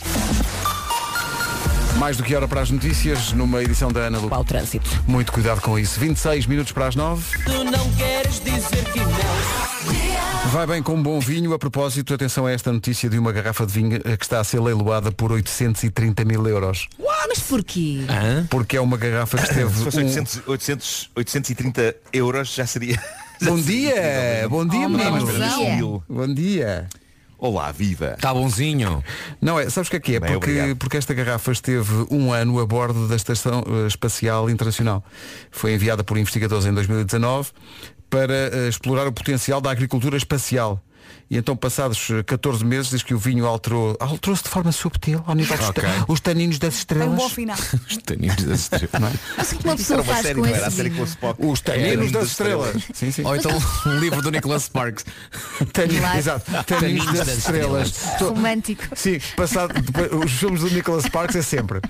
Mais do que hora para as notícias, numa edição da Ana Lu. Qual
trânsito?
Muito cuidado com isso. 26 minutos para as 9.
Tu não queres dizer que não.
Vai bem com um bom vinho. A propósito, atenção a esta notícia de uma garrafa de vinho eh, que está a ser leiloada por 830 mil euros.
Mas porquê?
Porque é uma garrafa que esteve...
Se fosse
um-
800, 800, 830 euros, já seria.
Bom um dia! É Bom dia, menino!
menino!
Bom dia!
Olá, viva!
Está bonzinho. Não é, sabes o que é que é?
Bem,
Porque,
obrigado.
porque esta garrafa esteve um ano a bordo da Estação eh, Espacial Internacional. Foi enviada por investigadores em 2019 para eh, explorar o potencial da agricultura espacial. E então, passados eh, 14 meses, diz que o vinho alterou, alterou-se de forma subtil ao nível dos
Ok.
ta- os taninos das
Tem
estrelas. é?
um bom final.
Os taninos das estrelas.
Mas o que uma
Isso era
pessoa
uma
faz
série,
com
não era?
esse
A série
vinho?
com o Spock.
Os taninos das estrelas. Sim, sim.
Ou então um livro do Nicholas Sparks.
Taninos,
Claro.
exato. Taninos das estrelas. Tô-
Romântico.
Sim, passado, depois, os filmes do Nicholas Parks é sempre.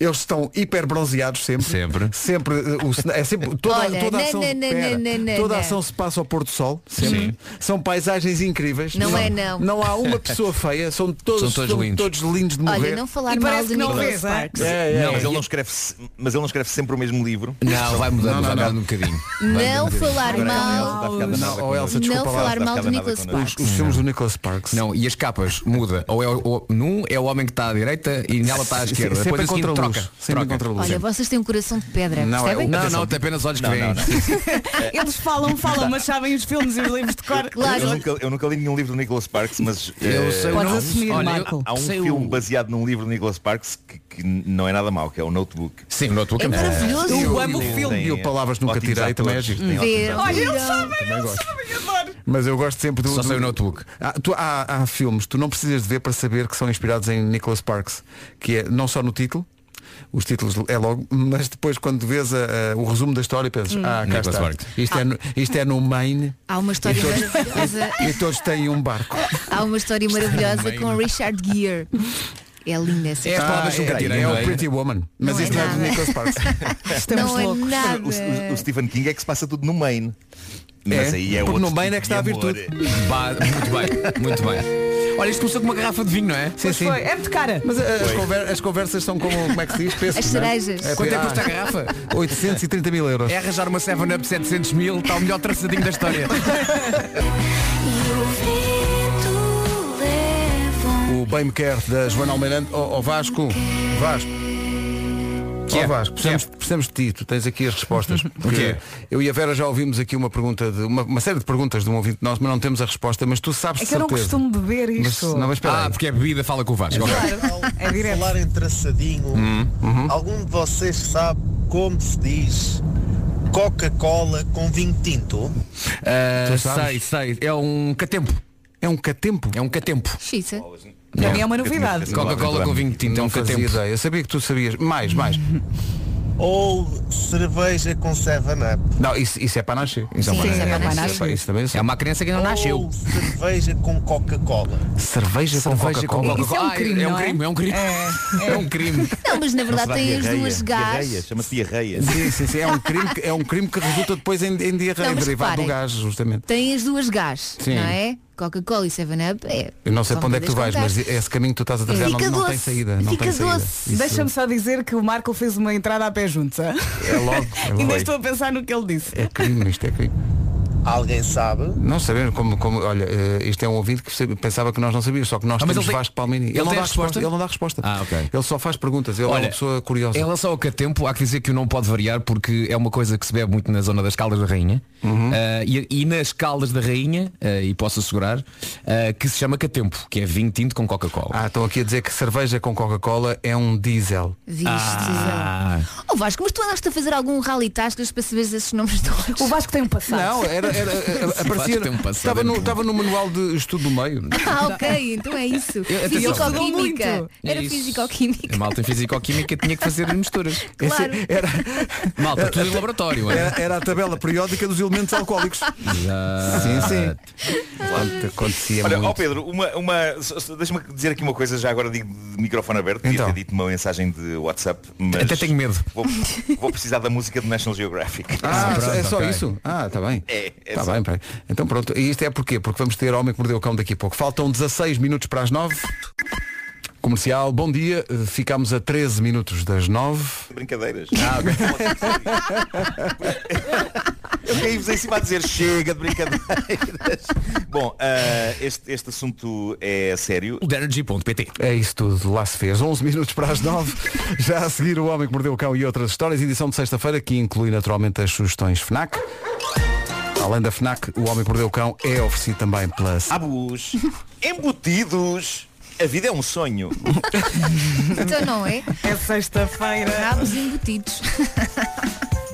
Eles estão hiper bronzeados sempre. Sempre. Sempre, eh, o cena- é sempre toda,
Olha,
toda a
nã,
ação,
nã, nã,
espera,
nã, nã,
toda a
nã.
ação se passa ao pôr do sol. sempre.
Sim.
São paisagens incríveis.
Não é, não.
Não há uma pessoa feia, são todos,
São todos
são
lindos.
todos lindos de morrer.
Olha, não falar
E
mal
parece
do
que não
Nicolas
vês, é?
Sparks.
Não, mas, ele não escreve, se- mas ele não escreve sempre o mesmo livro.
Não, vai mudando, vai mudando um bocadinho.
Não falar mal.
Não,
oh, Elsa,
desculpa Não lá.
tá
falar mal do Nicholas Sparks.
Os filmes do Nicholas Sparks.
Não, e as capas muda. Ou é o, ou- num é o homem que está à direita e nela está à
Sim,
esquerda.
sempre
Depois a seguinte
contra a luz.
troca.
Sempre
troca.
contra a luz.
Olha, vocês têm um coração de pedra,
Não, é,
percebem?
não, não, tem apenas olhos que
Não,
vêm.
não,
Eles falam, falam, mas sabem os filmes e os livros de cor.
Eu, nunca, eu nunca li nenhum livro do Nicholas Sparks, mas
Eu
eh,
sei o Podes nome. assumir,
olha,
Marco.
há um
Sei
filme
o-
baseado num livro do Nicholas Sparks que, que não é nada mau, que é o Notebook.
Sim, o Notebook
É é muito- maravilhoso. Eu amo o filme.
E
é.
o Palavras Nunca Tirei também é giro.
Olha, eles sabem,
Também
eles
gosto.
sabem, adoro.
Mas eu gosto sempre do.
Só
do-
sei o notebook.
Há, tu- há- há filmes, tu não precisas de ver para saber que são inspirados em Nicholas Parks, que é não só no título, os títulos é logo, mas depois quando vês a- a- o resumo da história pensas,
Hum.
ah, cá
Nicholas
está.
Parks.
Isto, é no, isto é no Maine
Há uma história
E todos-
maravilhosa.
e todos têm um barco.
Há uma história maravilhosa
é Meio.
com Richard Gere. É linda essa
É as palavras
Ah,
nunca
é,
tirei,
é
não
o
é?
Pretty Woman. Mas
Não
isto
é
não é do
nada.
Nicholas Parks.
Não é nada.
O, o Stephen King é que se passa tudo no Maine. Mas
É,
aí é
porque
outro
no
tipo
Maine é que está a
de
virtude.
amor.
Bah, muito bem, muito bem. Olha, isto começou com uma garrafa de vinho, não é?
Sim, sim.
Foi, é muito cara.
Mas eh, as, conver- as conversas são como, como é que se diz? Pesos,
As
não é?
cerejas.
É,
Quanto é que
ah,
custa a garrafa?
830 mil euros.
É arranjar uma 7-Up 700 mil, está o melhor traçadinho da história.
O Bem Me Quer da Joana Almeirante ao Oh, Vasco. Vasco. Que é? Vasco, precisamos, precisamos de ti, tu tens aqui as respostas. Porque
que é?
Eu e a Vera já ouvimos aqui uma pergunta, de, uma, uma série de perguntas de um ouvinte nosso, mas não temos a resposta, mas tu sabes
É
de
que eu não
certeza.
costumo beber
mas,
isto.
não, mas espera
Ah,
aí.
porque é bebida, fala com o Vasco. ok.
É direto.
Falar em traçadinho,
Hum,
uhum.
algum de vocês sabe como se diz Coca-Cola com vinho tinto?
Ah,
Tu
sei,
sabes?
sei. É um catempo.
É um catempo?
É um catempo.
Xiça.
Para mim é uma novidade. Coca-Cola com vinho tinto, é um
Não fazia
catempo.
ideia. Eu sabia que tu sabias. Mais, mais.
Ou cerveja com 7-Up?
Não, isso, isso é para nascer.
Sim,
para
isso é para
Isso,
nascer.
para- isso também
É uma criança que não
Ou cerveja com Coca-Cola?
Cerveja,
Cerveja com
Coca-Cola.
Coca-Cola. Isso é um
Ah,
crime, não é?
é um crime.
É um crime.
Não, mas na verdade
Não se dá
tem as
diarreia.
duas
Diarreia,
gás.
chama-se diarreia.
Sim, sim, sim. É um crime que, é um crime que resulta depois em, em diarreia,
Não, mas
derivado do
reparem.
gás, justamente.
Tem as duas gás,
Sim.
não é? Coca-Cola e 7-Up é.
Eu não sei
são
para onde é que tu vais,
bebidas com
mas
gás.
esse caminho que tu estás a trazer não,
Fica
não tem
doce.
saída. Não
Fica
tem saída.
doce.
Isso-
Deixa-me só dizer que o Marco fez uma entrada a pé juntos. hã?
É logo. É logo.
Ainda estou a pensar no que ele disse.
É crime, isto é crime.
Alguém sabe?
Não sabemos como, como olha, eh, isto é um ouvinte que percebe- pensava que nós não sabíamos, só que nós
Ah, mas
temos
ele tem-
Vasco Palmini.
ele
não
tem
dá
a resposta?
Ele não dá resposta.
Ah, ok.
Ele só faz perguntas. Ele é uma pessoa curiosa.
Em relação ao catempo, há que dizer que o nome pode variar porque é uma coisa que se bebe muito na zona das Caldas da Rainha.
Uhum.
Ah, e, e nas Caldas da Rainha, ah, e posso assegurar, ah, que se chama catempo, que é vinho tinto com Coca-Cola.
Ah, estão aqui a dizer que cerveja com Coca-Cola é um diesel.
Viste,
Ah.
Oh Vasco, mas tu andaste a fazer algum rally tascas para saberes esses nomes todos? O
Vasco tem um passado.
Não, era, era- era- aparecia.
um
Estava no, estava no manual de estudo do meio.
Ah, ok, então é isso.
Eu- atenção. Ele
Fisicoquímica.
estudou muito.
Era
Isso.
fisicoquímica.
A malta em fisicoquímica tinha que fazer misturas.
Claro.
Esse era-
Malta, tudo em laboratório. é.
Era, era a tabela periódica dos elementos alcoólicos. Ah, Sim, sim. Quanto acontecia
Olha,
muito.
ó Pedro, uma, uma, s- s- deixa-me dizer aqui uma coisa, já agora digo de microfone aberto,
Então.
então. ter dito uma mensagem de WhatsApp, mas
Até tenho medo.
Vou, vou precisar da música do National Geographic.
Ah, é só isso? Ah, está bem.
É, é
Está
só.
bem, peraí. Então pronto, e isto é porquê? Porque vamos ter Homem que Mordeu o Cão daqui a pouco. Faltam 16 minutos para as 9. Comercial, bom dia. Eh, Ficámos a 13 minutos das Ah, 9.
Brincadeiras. Ah, Eu caí-vos em cima a dizer chega de brincadeiras. Bom, ah, este, este assunto é sério.
O Energy.pt
É isso tudo, lá se fez. 11 minutos para as 9. Já a seguir o Homem que Mordeu o Cão e outras histórias. Edição de sexta-feira que inclui naturalmente as sugestões FNAC. Além da FNAC, o Homem que Mordeu o Cão é oferecido também pela...
Abus, embutidos, a vida é um sonho.
Então não é?
É sexta-feira.
Rabos embutidos.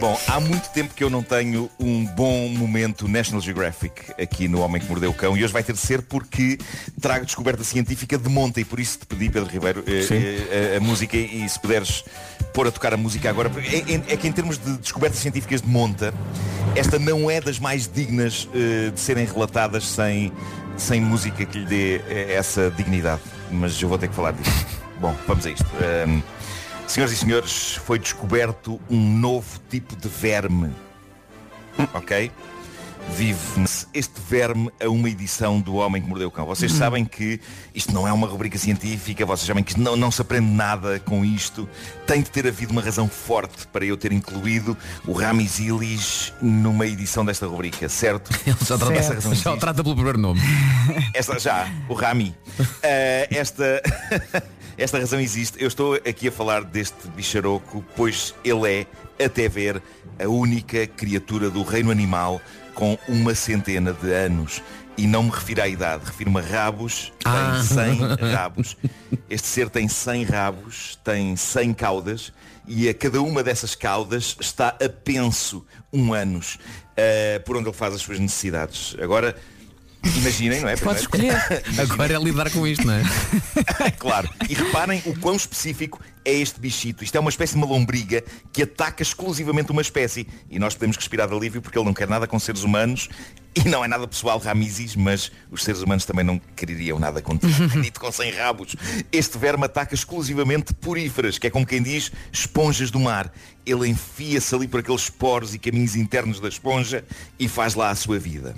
Bom, há muito tempo que eu não tenho um bom momento National Geographic aqui no Homem que Mordeu o Cão e hoje vai ter de ser porque trago descoberta científica de monta e por isso te pedi, Pedro Ribeiro, eh,
Sim.
eh, a, a música e se puderes pôr a tocar a música agora. porque É, é- é que em termos de descobertas científicas de monta, esta não é das mais dignas eh, de serem relatadas sem, sem música que lhe dê eh, essa dignidade. Mas eu vou ter que falar disso. Bom, vamos a isto. Ahm, Senhoras e senhores, foi descoberto um novo tipo de verme. Ok? Vive este verme a uma edição do Homem que Mordeu o Cão. Vocês sabem que isto não é uma rubrica científica, vocês sabem que isto não, não se aprende nada com isto. Tem de ter havido uma razão forte para eu ter incluído o Ramis Illis numa edição desta rubrica, certo? Ele
Já trata, já o trata pelo primeiro nome.
esta já, o Rami. Eh, esta, esta razão existe. Eu estou aqui a falar deste bicharoco, pois ele é, até ver, a única criatura do reino animal com uma centena de anos. E não me refiro à idade, refiro-me a rabos,
Ah.
tem 100 rabos. Este ser tem 100 rabos, tem 100 caudas e a cada uma dessas caudas está a penso um anos eh, por onde ele faz as suas necessidades. Agora, imaginem, não é?
Podes
Primeiro-
escolher. Agora é lidar com isto, não é?
claro. E reparem o quão específico é este bichito. Isto é uma espécie de uma lombriga que ataca exclusivamente uma espécie. E nós podemos respirar de alívio porque ele não quer nada com seres humanos. E não é nada pessoal, Ramizes, mas os seres humanos também não quereriam nada contigo. Acredito com 100 rabos. Este verme ataca exclusivamente poríferas, que é como quem diz esponjas do mar. Ele enfia-se ali por aqueles poros e caminhos internos da esponja e faz lá a sua vida.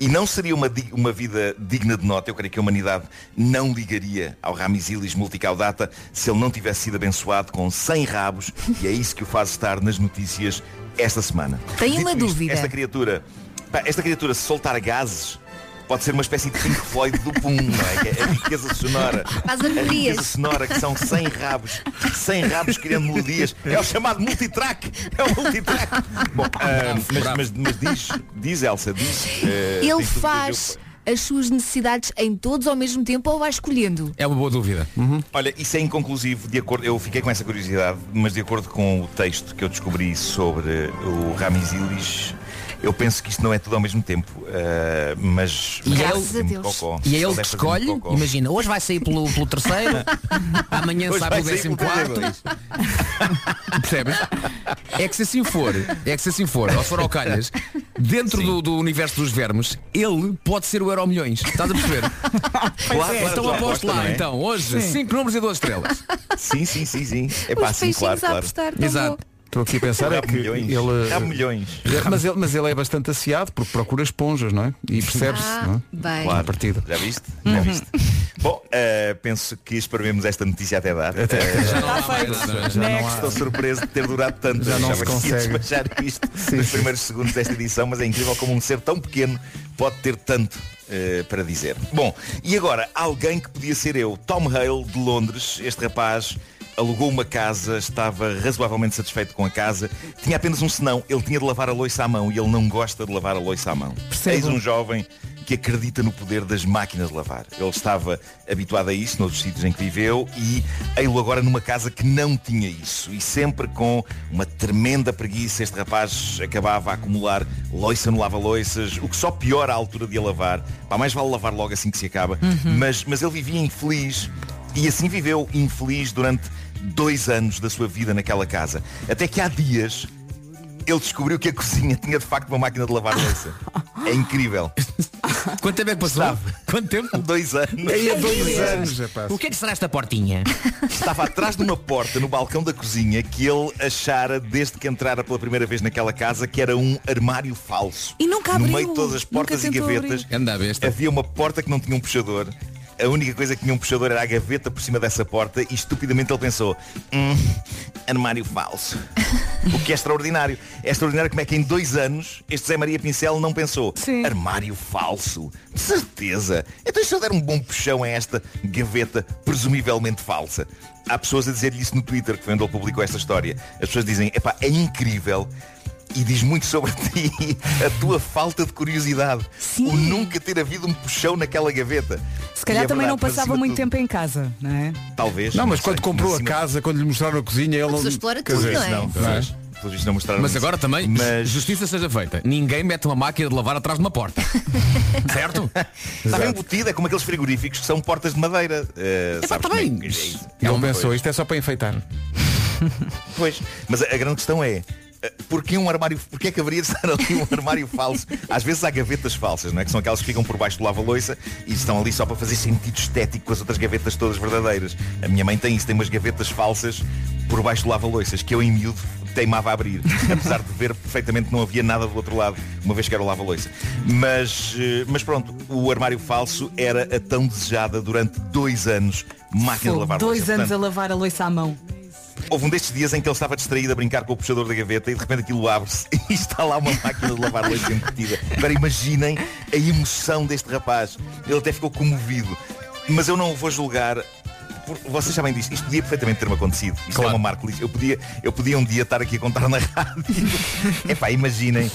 E não seria uma, di- uma vida digna de nota, eu creio que a humanidade não ligaria ao Ramisilis multicaudata se ele não tivesse sido abençoado com 100 rabos, e é isso que o faz estar nas notícias esta semana.
Tenho
Dito
uma
isto,
dúvida.
Esta criatura, pá, esta criatura se soltar gases, pode ser uma espécie de Pink Floyd do Pum, não é? Que é A riqueza sonora.
As
a
harmonias.
riqueza sonora que são 100 rabos. 100 rabos criando melodias. É o chamado multitrack. É o multitrack. Bom, ah, mas, mas- mas diz, diz Elsa, diz. eh,
Ele
diz tudo o que
faz as suas necessidades em todos ao mesmo tempo ou vai escolhendo?
É uma boa dúvida. Olha, isso é inconclusivo, de acordo, eu fiquei com essa curiosidade, mas de acordo com o texto que eu descobri sobre o Ramiz Ilis, eu penso que isto não é tudo ao mesmo tempo. ah, mas um
E
mas
é
deve
ele-
fazer muito
Graças a
cocó.
E é ele
deve
que
fazer
escolhe,
muito cocó.
imagina, hoje vai sair pelo, pelo terceiro, amanhã
Hoje
sai
vai
pelo
sair
décimo
pelo
quarto.
Percebes? É que se assim for, é que se assim for, ou se for ao calhas, dentro do, do universo dos vermes, ele pode ser o Euro Milhões. Estás a perceber?
Claro, claro,
então
claro,
aposto
aposta, não
lá,
é?
então, hoje,
Sim.
5 números e 2 estrelas.
Sim, sim, sim, sim. É
pá, Os sim, peixinhos claro, a claro. apostar, tão
Exato.
bom.
Estou aqui a pensar é
Rabo
que
milhões.
ele.
Rabo milhões.
Mas ele, mas ele é bastante assiado porque procura esponjas, não é? E percebe-se,
Ah,
não é?
bem.
À partida.
Já viste? Já viste? Bom, eh, penso que esperemos esta notícia até dar. Eh,
Já não há Está feito. mais, já não há.
Estou surpreso de ter durado tanto.
Já não
Achava
se
que ia
consegue.
despachar isto nos primeiros segundos desta edição, mas é incrível como um ser tão pequeno pode ter tanto. eh, para dizer. Bom, e agora, alguém que podia ser eu, Tom Hale, de Londres, este rapaz alugou uma casa, estava razoavelmente satisfeito com a casa, tinha apenas um senão, ele tinha de lavar a loiça à mão e ele não gosta de lavar a loiça à mão.
Percebo.
Eis um jovem que acredita no poder das máquinas de lavar. Ele estava habituado a isso noutros sítios em que viveu e ei-lo agora numa casa que não tinha isso. E sempre com uma tremenda preguiça, este rapaz acabava a acumular loiça no lava-loiças, o que só piora a altura de a lavar. Pá, mais vale lavar logo assim que se acaba. Mas, mas ele vivia infeliz e assim viveu infeliz durante dois anos da sua vida naquela casa. Até que há dias ele descobriu que a cozinha tinha de facto uma máquina de lavar louça. É incrível.
Quanto tempo é que passou? Quanto tempo?
Dois anos.
Ei, é dois anos,
rapaz.
O que é que será esta portinha?
Estava atrás de uma porta no balcão da cozinha que ele achara desde que entrara pela primeira vez naquela casa que era um armário falso.
E nunca
No
abriu,
meio de todas as
nunca
portas e
tentou
gavetas havia uma porta que não tinha um puxador. A única coisa que tinha um puxador era a gaveta por cima dessa porta e estupidamente ele pensou "Hum, armário falso. O que é extraordinário. É extraordinário como é que em dois anos este Zé Maria Pincel não pensou armário falso. De certeza. Então se eu der um bom puxão a esta gaveta presumivelmente falsa. Há pessoas a dizer-lhe isso no Twitter, que foi onde ele publicou esta história. As pessoas dizem, epá, é incrível e diz muito sobre ti a tua falta de curiosidade. O nunca ter havido um puxão naquela gaveta.
Se calhar
E é
também não
verdade, mas
passava
acima
muito
de
tempo em casa, não é?
tudo- Talvez.
Não, mas
sei,
quando comprou a
acima-
casa, quando lhe mostraram a cozinha, ele não.
pessoa explora tudo, não é? Não,
é?
pois. Pelos vistos não mostraram
Mas
isso.
agora também, justiça seja feita. Ninguém mete uma máquina de lavar atrás de uma porta. certo?
Está bem embutida, é como aqueles frigoríficos que são portas de madeira. Uh, sabes como é que é isso?
Ele pensou, isto é só para enfeitar.
Pois, mas a, a grande questão é eh, Porquê um armário, porquê é que haveria de estar ali um armário falso? Às vezes há gavetas falsas, não é? Que são aquelas que ficam por baixo do lava-loiça e estão ali só para fazer sentido estético com as outras gavetas todas verdadeiras. A minha mãe tem isso, tem umas gavetas falsas por baixo do lava-loiças que eu em miúdo teimava a abrir, apesar de ver perfeitamente que não havia nada do outro lado, uma vez que era o lava-loiça. Mas, eh, mas pronto, o armário falso era a tão desejada durante dois anos máquina de
Fogo,
lavar
dois
louça.
anos
Portanto,
a lavar a louça à mão.
Houve um destes dias em que ele estava distraído a brincar com o puxador da gaveta e de repente aquilo abre-se e está lá uma máquina de lavar leite embutida. Agora imaginem a emoção deste rapaz. Ele até ficou comovido. Mas eu não o vou julgar. por- Vocês sabem disto, isto podia perfeitamente ter-me acontecido. Isto é uma marca. Eu podia, eu podia um dia estar aqui a contar na rádio. Epá, imaginem.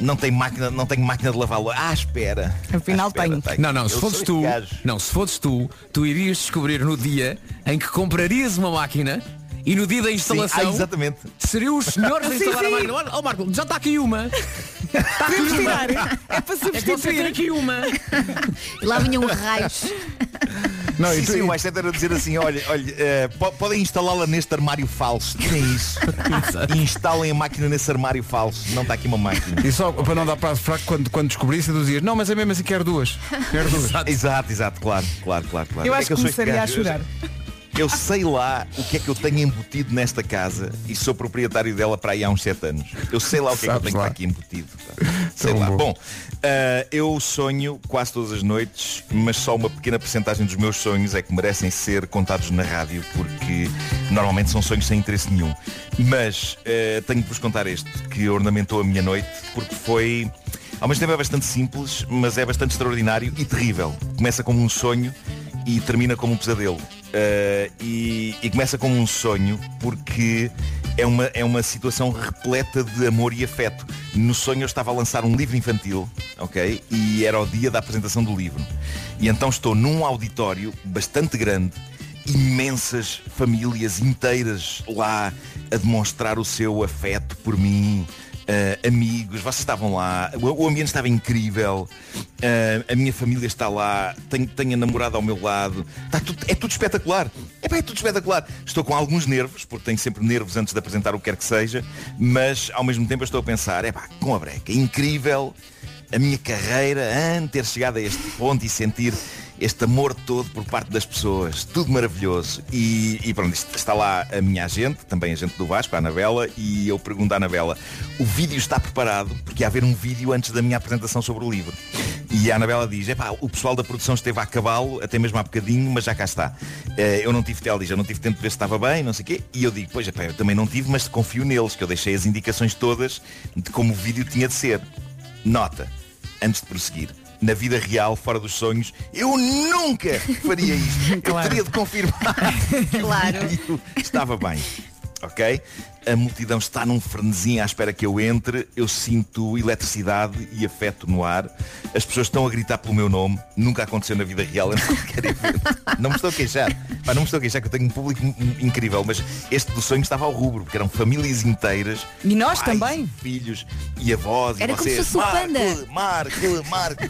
Não tem máquina, não tenho máquina de lavar louça. Ah, espera.
Afinal tenho.
Não, não, se
Eu
fosses
sou
tu,
esse gajo.
não, se fosses tu, tu irias descobrir no dia em que comprarias uma máquina e no dia da instalação
ah, exatamente.
seriam os senhores a
Sim,
instalar
sim.
a máquina. Olha, ó Oh, Marco, já está aqui uma. Está
Podemos
aqui uma.
tirar. É para
É você
substituir.
ter aqui uma.
Lá um vinham raios.
Não, sim, sim, o mais certo era dizer assim, olha, olha eh, po- podem instalá-la neste armário falso. Tirem isso. E Instalem a máquina nesse armário falso. Não está aqui uma máquina.
E só para não dar prazo fraco, quando, quando descobrisse, tu dizias, não, mas é mesmo assim, quero duas. Quero duas.
Exato, exato, exato, claro, claro, claro, claro.
Eu
É
acho
eu
que
sou este
começaria
gajo.
a chorar.
Eu sei lá o que é que eu tenho embutido nesta casa e sou proprietário dela para aí há uns 7 anos. Eu sei lá o que é que eu
Sabes
tenho
lá.
aqui embutido. Sei lá. Bom, ah, eu sonho quase todas as noites, mas só uma pequena percentagem dos meus sonhos é que merecem ser contados na rádio, porque normalmente são sonhos sem interesse nenhum. eh, Mas ah, tenho que vos contar este, que ornamentou a minha noite, porque foi Ao mesmo tempo é bastante simples, mas é bastante extraordinário e terrível. Começa como um sonho e termina como um pesadelo. Eh, e, e começa como um sonho porque é uma, é uma situação repleta de amor e afeto. No sonho eu estava a lançar um livro infantil, ok? E era o dia da apresentação do livro. E então estou num auditório bastante grande imensas famílias inteiras lá a demonstrar o seu afeto por mim. ah, amigos, vocês estavam lá, o, o ambiente estava incrível, ah, a minha família está lá, tenho, tenho a namorada ao meu lado, está tudo- é tudo espetacular, é, pá, é tudo espetacular. Estou com alguns nervos, porque tenho sempre nervos antes de apresentar o que quer que seja, mas ao mesmo tempo eu estou a pensar, é pá, com a breca, incrível, a minha carreira, hã, ter chegado a este ponto e sentir este amor todo por parte das pessoas, tudo maravilhoso. E, e pronto, isto- está lá a minha agente, também a gente do Vasco, a Anabela, e eu pergunto à Anabela, o vídeo está preparado, porque há haver um vídeo antes da minha apresentação sobre o livro. E a Anabela diz, epá, o pessoal da produção esteve a cavalo, até mesmo há bocadinho, mas já cá está. Eh, Eu não tive ela diz, eu não tive tempo de ver se estava bem, não sei o quê. E eu digo, pois epá, eu também não tive, mas confio neles, que eu deixei as indicações todas de como o vídeo tinha de ser. Nota, antes de prosseguir. Na vida real, fora dos sonhos, eu nunca faria isto. Eu teria de confirmar que o vídeo estava bem. Ok? A multidão está num frenesim à espera que eu entre. Eu sinto eletricidade e afeto no ar. As pessoas estão a gritar pelo meu nome. Nunca aconteceu na vida real. Eu não quero evento. Não me estou a queixar. Pá, não me estou a queixar que eu tenho um público in- incrível. Mas este do sonho estava ao rubro, porque eram famílias inteiras.
E nós
pais,
também.
Filhos e avós.
Era
e
como se
vocês,
fosse um o
"Marco,
panda.
Marco, Marco.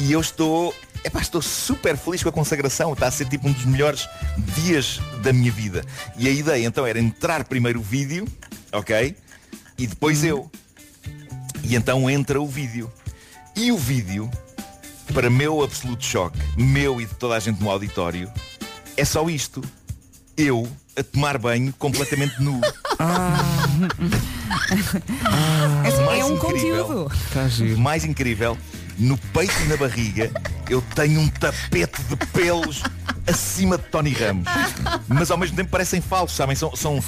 E eu estou, epá, estou super feliz com a consagração. Está a ser tipo um dos melhores dias da minha vida. E a ideia então era entrar primeiro o vídeo, ok? E depois eu. E então entra o vídeo. E o vídeo, para meu absoluto choque, meu e de toda a gente no auditório, é só isto. Eu a tomar banho completamente nu.
É,
mais
é um
incrível. Tá
conteúdo.
O mais incrível, no peito e na barriga, eu tenho um tapete de pelos acima de Tony Ramos. Mas ao mesmo tempo parecem falsos, sabem? São, são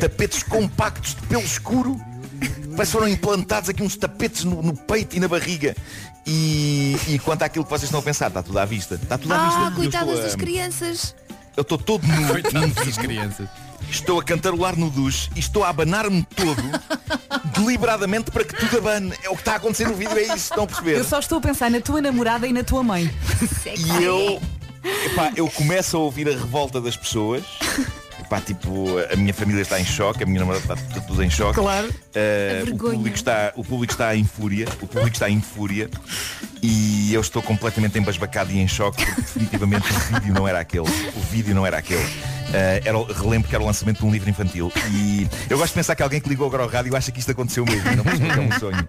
tapetes compactos de pelo escuro. Parece que foram implantados aqui uns tapetes no, no peito e na barriga. E, e quanto àquilo que vocês estão a pensar, está tudo à vista. Está tudo à vista.
Ah,
Eu
coitadas
estou a-
das crianças.
eu estou todo nu. Coitadas das crianças. Estou a cantarolar no duche e estou a abanar-me todo deliberadamente para que tudo abane. É o que está a acontecer no vídeo, é isso, estão a perceber?
Eu só estou a pensar na tua namorada e na tua mãe.
E eu, epá, eu começo a ouvir a revolta das pessoas. Epá, tipo, a minha família está em choque, a minha namorada está tudo em choque.
Claro.
Eh,
A
o,
vergonha.
público está, o público está em fúria. O público está em fúria. E eu estou completamente embasbacado e em choque porque definitivamente o vídeo não era aquele. O vídeo não era aquele. Eh, era, o- relembro que era o lançamento de um livro infantil. E eu gosto de pensar que alguém que ligou agora ao rádio acha que isto aconteceu mesmo. Não percebeu que é um sonho.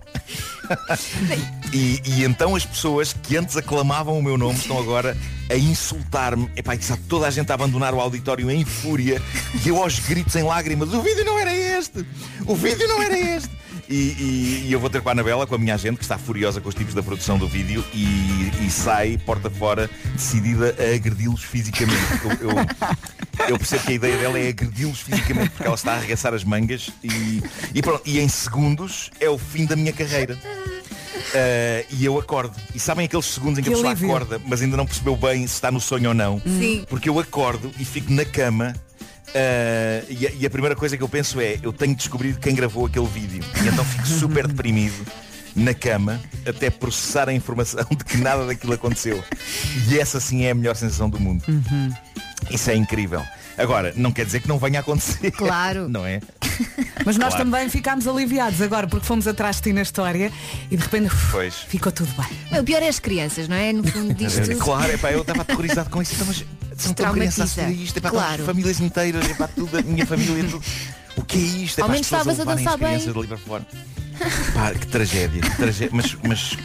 E, e então as pessoas que antes aclamavam o meu nome estão agora a insultar-me. Epá, está toda a gente a abandonar o auditório em fúria e eu aos gritos em lágrimas. O vídeo não era este! O vídeo não era este! E, e- e eu vou ter com a Anabela, com a minha agente, que está furiosa com os tipos da produção do vídeo e, e sai porta fora decidida a agredi-los fisicamente. Eu- eu- eu percebo que a ideia dela é agredi-los fisicamente porque ela está a arregaçar as mangas e, e pronto, e em segundos é o fim da minha carreira. Uh, e eu acordo. E sabem aqueles segundos em que,
Que
a pessoa
alívio.
acorda, mas ainda não percebeu bem se está no sonho ou não? Uhum.
Sim.
Porque eu acordo e fico na cama. uh, e, a, e a primeira coisa que eu penso é eu tenho de descobrir quem gravou aquele vídeo e então fico super deprimido na cama até processar a informação de que nada daquilo aconteceu e essa sim é a melhor sensação do mundo isso é incrível agora não quer dizer que não venha a acontecer
Claro.
não é
Mas nós
Claro.
também ficámos aliviados agora porque fomos atrás de ti na história e de repente uf,
Pois.
ficou tudo bem.
O pior é as crianças, não é? No fundo disto.
é
Claro, epá, eu estava aterrorizado com isso, então, mas são tão crianças a
assim,
Traumatiza.
assistir a
é
isto, epá,
Claro.
claro. famílias inteiras, epá, tudo, a minha família, tudo. O que é isto?
Ao
Epá,
menos
as pessoas
estavas a
levarem
dançar
as crianças
bem.
de livre fora. Pá, que tragédia, que tragédia. Mas, mas,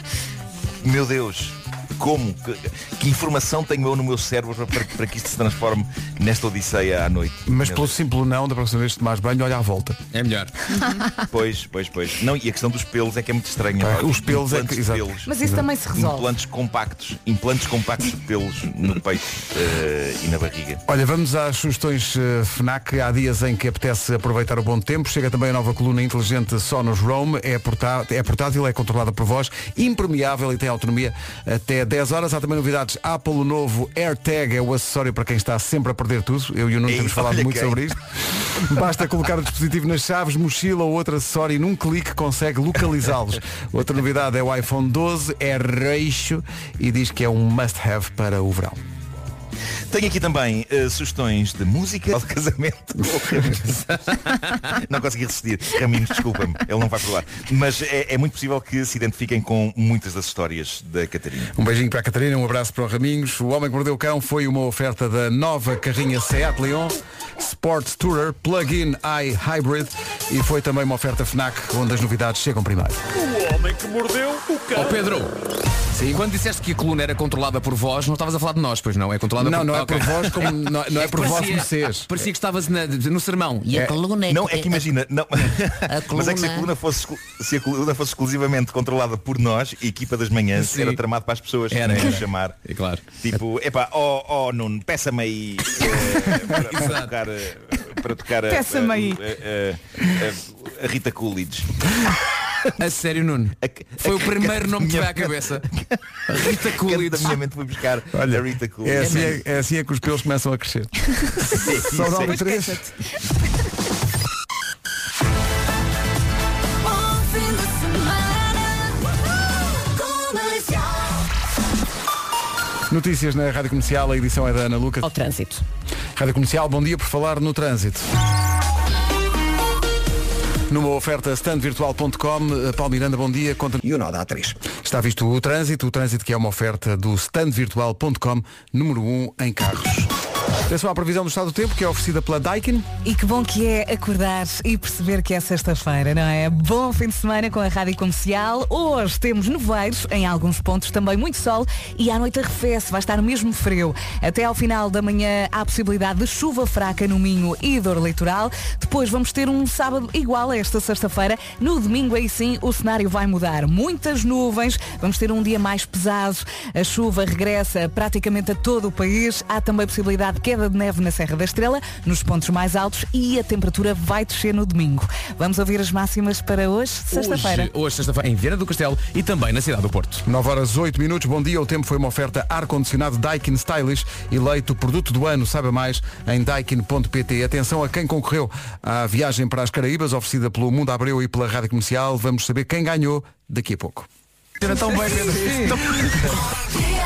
meu Deus, Como? Que, que informação tenho eu no meu cérebro para, para que isto se transforme nesta odisseia à noite?
Mas pelo simples não, da próxima vez que tomares banho, olha à volta.
É melhor. Uhum. pois, pois, pois. Não, e a questão dos pelos é que é muito estranha.
Pá,
pá.
os pelos é
Implantes
que-
de
exato.
pelos.
Mas isso também se resolve.
Implantes compactos. Implantes compactos de pelos no peito eh, e na barriga.
Olha, vamos às sugestões eh, FNAC. Há dias em que apetece aproveitar o bom tempo. Chega também a nova coluna inteligente Sonos Roam. É, portá- é portátil, é controlada por voz, impermeável e tem autonomia até 10 horas. Há também novidades. Apple o novo AirTag é o acessório para quem está sempre a perder tudo. Eu e o Nuno
Ei,
temos falado
olha
muito
quem.
sobre isto. Basta colocar o dispositivo nas chaves, mochila ou outro acessório e num clique consegue localizá-los. Outra novidade é o iPhone 12, é reixo e diz que é um must-have para o verão.
Tenho aqui também eh, sugestões de música ou de casamento. Ou Raminhos. não consegui resistir. Raminhos, desculpa-me. Ele não vai por lá. Mas é, é muito possível que se identifiquem com muitas das histórias da Catarina.
Um beijinho para a Catarina, um abraço para o Raminhos. O Homem que Mordeu o Cão foi uma oferta da nova carrinha Seat Leon Sport Tourer Plug-in i Hybrid e foi também uma oferta FNAC onde as novidades chegam primeiro.
O homem que mordeu o cão.
Ó Pedro, quando disseste que a coluna era controlada por voz, não estavas a falar de nós, pois não? É controlada
Não,
por...
não é
Ah, ok.
por voz como- não- não é
que
por voz
parecia-
como vocês.
Parecia que estavas na- no sermão.
Não, é que imagina, não. Mas é que se a
coluna-
coluna fosse, exclu- se a coluna fosse exclusivamente controlada por nós, a equipa das manhãs
Sim.
era tramado para as pessoas
Era,
não é?
era.
chamar.
É claro.
Tipo, epá, ó oh, Nuno, peça-me aí eh, para, para tocar, eh, para tocar a-
Peça-me
a-
aí.
a- a- a Rita Coolidge.
A sério, Nuno. Foi o
a-
primeiro nome que te
minha-
veio à cabeça. Rita Coolidge.
minha mente foi buscar a Rita Coolidge.
É assim, é, é assim é que os pelos começam a crescer. São
é
um
9 e 3. Notícias na Rádio Comercial, a edição é da Ana Lucas. Ao trânsito. Rádio Comercial, bom dia por falar no trânsito. Numa oferta standvirtual.com, eh, Paulo Miranda, bom dia. Conta...
E o Noda A3.
Está visto o trânsito, o trânsito que é uma oferta do standvirtual.com, número 1 em carros. Atenção à previsão do estado do tempo, que é oferecida pela Daikin.
E que bom que é acordar e perceber que é sexta-feira, não é? Bom fim de semana com a Rádio Comercial. Hoje temos nevoeiros, em alguns pontos também muito sol e à noite arrefece, vai estar mesmo frio. Até ao final da manhã há possibilidade de chuva fraca no Minho e dor litoral. Depois vamos ter um sábado igual a esta sexta-feira. No domingo aí sim o cenário vai mudar. Muitas nuvens, vamos ter um dia mais pesado. A chuva regressa praticamente a todo o país. Há também possibilidade de queda de neve na Serra da Estrela, nos pontos mais altos e a temperatura vai descer no domingo. Vamos ouvir as máximas para hoje, sexta-feira.
Hoje, hoje sexta-feira, em Viana do Castelo e também na cidade do Porto.
9 horas 8 minutos, bom dia. O tempo foi uma oferta ar-condicionado Daikin Stylish, eleito produto do ano. Saiba mais em daikin.pt. Atenção a quem concorreu à viagem para as Caraíbas, oferecida pelo Mundo Abreu e pela Rádio Comercial. Vamos saber quem ganhou daqui a pouco. Era tão bem, Pedro.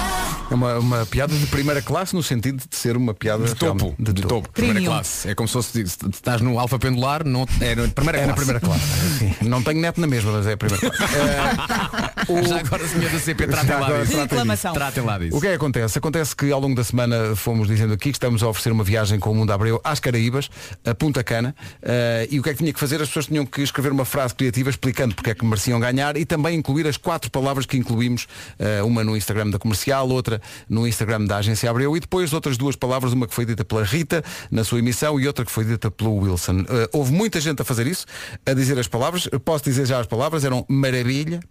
É uma, uma piada de primeira classe no sentido de ser uma piada
De topo,
realmente de topo.
Primeira classe. É como se fosse se estás no alfa pendular, não, é na primeira classe.
É na primeira classe. Sim. Não tenho neto na mesma, mas é a primeira classe.
É, Já agora, senhor da CP, tratem
Já
lá
agora,
disso.
tratem disso. Reclamação.
Tratem lá disso.
O que é que acontece? Acontece que ao longo da semana fomos dizendo aqui que estamos a oferecer uma viagem com o Mundo Abreu às Caraíbas, a Punta Cana, eh, e o que é que tinha que fazer? As pessoas tinham que escrever uma frase criativa explicando porque é que mereciam ganhar e também incluir as quatro palavras que incluímos, eh, uma no Instagram da comercial, outra no Instagram da Agência Abreu e depois outras duas palavras, uma que foi dita pela Rita na sua emissão e outra que foi dita pelo Wilson. Eh, houve muita gente a fazer isso, a dizer as palavras, Eu posso dizer já as palavras, eram maravilha,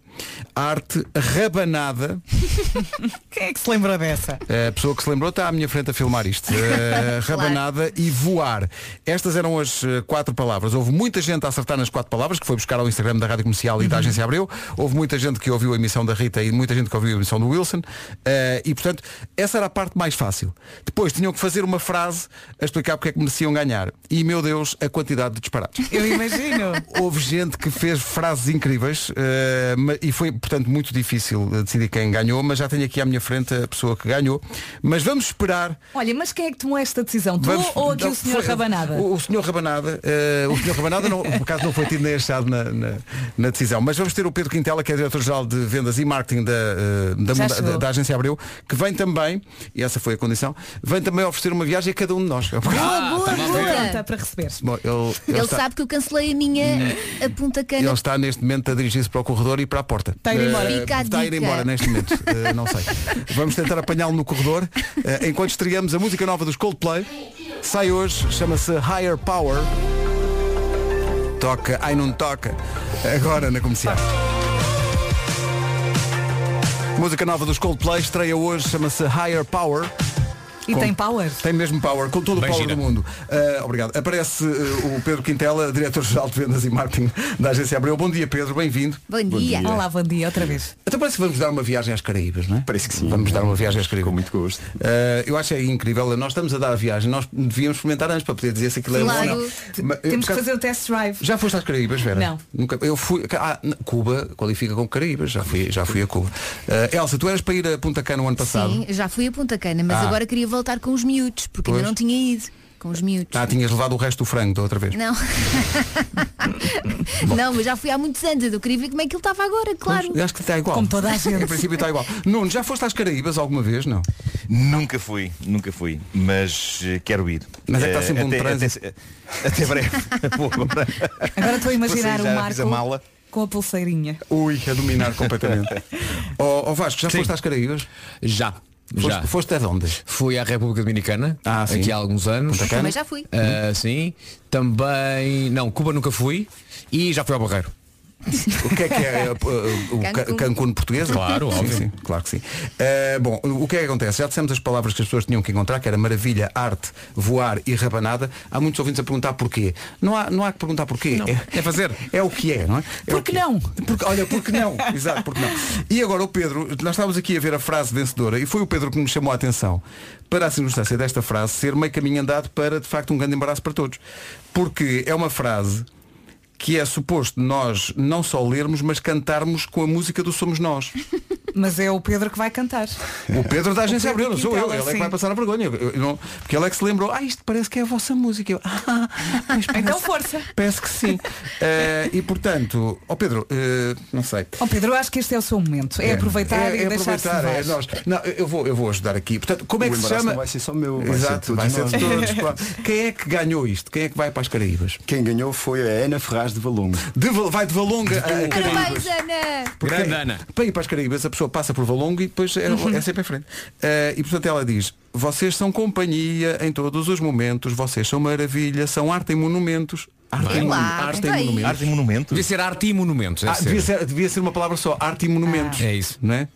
arte, rabanada,
Quem é que se lembra dessa?
a pessoa que se lembrou está à minha frente a filmar isto. Eh, rabanada e voar. Estas eram as eh, quatro palavras. Houve muita gente a acertar nas quatro palavras, que foi buscar ao Instagram da Rádio Comercial e
Uhum.
da Agência Abreu. Houve muita gente que ouviu a emissão da Rita e muita gente que ouviu a emissão do Wilson. Eh, e, portanto, essa era a parte mais fácil. Depois tinham que fazer uma frase a explicar porque é que mereciam ganhar. E, meu Deus, a quantidade de disparates.
Eu imagino.
Houve gente que fez frases incríveis eh, ma- e foi, portanto, muito difícil eh, decidir quem ganhou, mas já tenho aqui à minha frente a pessoa que ganhou. Mas vamos esperar.
Olha, mas quem é que tomou esta decisão? Tu
Vamos,
ou aqui
não,
o senhor
foi-
Rabanada?
O, o senhor Rabanada, eh, o senhor Rabanada não, por acaso não foi tido nem achado na, na- na decisão. Mas vamos ter o Pedro Quintela, que é diretor-geral de vendas e marketing da, eh, da,
Já
Munda-
chegou.
da- da Agência Abreu, que vem também, e essa foi a condição, vem também oferecer uma viagem a cada um de nós.
Ah,
Boa, boa,
Pronta
boa.
para receber.
Bom, ele, ele
Ele
está,
sabe que eu cancelei a minha a punta
ele
cana.
está neste momento a dirigir-se para o corredor e para a porta.
Está a ir embora.
Eh,
Fica a
está a ir
dica.
embora neste momento. Eh, não sei. Vamos tentar apanhá-lo no corredor. eh, enquanto estreamos a música nova dos Coldplay. Sai hoje, chama-se Higher Power. Toca, ai não toca. Agora na comercial. Música nova dos Coldplay estreia hoje, chama-se Higher Power.
E tem power?
Tem mesmo power, com todo o
Bem
power
gira.
do mundo. Ah, obrigado. Aparece ah, o Pedro Quintela, diretor-geral de vendas e marketing da Agência Abreu. Bom dia, Pedro, bem-vindo.
Bom dia.
Olá, bom dia, outra vez.
Então parece que vamos dar uma viagem às Caraíbas, não é? Parece que sim. Vamos dar uma viagem às Caraíbas. Com muito gosto. eu acho é incrível. Nós estamos a dar a viagem. Nós devíamos experimentar antes para poder dizer se aquilo é bom ou não.
Claro,
Mas, eu, por
temos que
acaso,
fazer o test drive.
Já foste às Caraíbas, Vera?
Não.
Nunca. Eu fui. Ah, n- Cuba qualifica como Caraíbas. Já fui, já fui a Cuba. Ah, Elsa, tu eras para ir a Punta Cana o ano passado.
Sim, já fui a Punta Cana, mas
Ah.
agora queria voltar com os miúdos, porque
Pois.
ainda não tinha ido. Com os miúdos.
Ah, tinhas levado o resto do frango da outra vez.
Não. não, mas já fui há muitos anos. Eu queria ver como é que ele estava agora, claro.
Eu acho que está igual.
Como toda a gente.
Em princípio está igual. Nuno, já foste às Caraíbas alguma vez, não?
Nunca fui, nunca fui, mas eh, quero ir.
Mas é que está
Eh,
sempre um
até,
trânsito.
Até, até breve. Vou agora.
Agora estou a imaginar
Vocês
o
já fiz a
Marco
mala?
com a pulseirinha.
Ui, a dominar completamente. Ó oh, Vasco, já foste às Caraíbas?
Já.
Foste-
já.
foste até é de onde?
Fui à República Dominicana,
Ah, sim.
aqui há alguns anos.
Punta Cana. Também já fui.
Ah, sim. Também. Não, Cuba nunca fui e já fui ao Barreiro.
O que é que é uh, uh, o Ca-
Cancún.
Cancún português?
Claro,
sim,
óbvio.
sim, claro que sim. Uh, bom, o que é que acontece? Já dissemos as palavras que as pessoas tinham que encontrar, que era maravilha, arte, voar e rabanada. Há muitos ouvintes a perguntar porquê. Não há, não há que perguntar porquê. É, fazer. É o que é, não é? é porque não? Porque, olha, porque não? Exato, porque não. E agora o Pedro, nós estávamos aqui a ver a frase vencedora e foi o Pedro que nos chamou a atenção para a circunstância desta frase ser meio caminho andado para, de facto, um grande embaraço para todos. Porque é uma frase que é suposto nós não só lermos, mas cantarmos com a música do Somos Nós.
Mas é o Pedro que vai cantar.
O Pedro da agência
O
Abreu,
Pedro
não sou eu,
Quintela,
ele é que
sim.
vai passar a vergonha. Eu- eu não- porque ele é que se lembrou, ah, isto parece que é a vossa música. Eu, "Ah, mas parece-
Então força.
Parece que sim. Eh, e portanto, ó Pedro, eh, não sei.
Ó Pedro, eu acho que este é o seu momento. É, aproveitar
é-
e
é
deixar-se
aproveitar, é
levar.
nós. Não, eu- eu vou, eu vou ajudar aqui. Portanto, como é
O
que se
embaraço
chama?
não vai ser só meu, vai ser de
Exato,
todos
vai ser de
nós.
todos. pronto. Quem é que ganhou isto? Quem é que vai para as Caraíbas?
Quem ganhou foi a Ana Ferraz de Valongo.
De Val- vai de Valonga a Caraíbas.
Parabéns, Ana!
Porque
Grande
é-
Ana. Uhum.
Para ir para as Caraíbas, a pessoa passa por Valongo e depois é, é sempre em frente. Eh, e portanto ela diz, vocês são companhia em todos os momentos, vocês são maravilha, são arte em monumentos. Arte,
Bem.
em,
Olá,
monu- arte em
gostei.
monumentos.
Arte em
monumentos?
Devia ser arte e monumentos. é
Ah, devia,
sério.
ser, devia ser uma palavra só, arte e monumentos.
É isso.
Não é?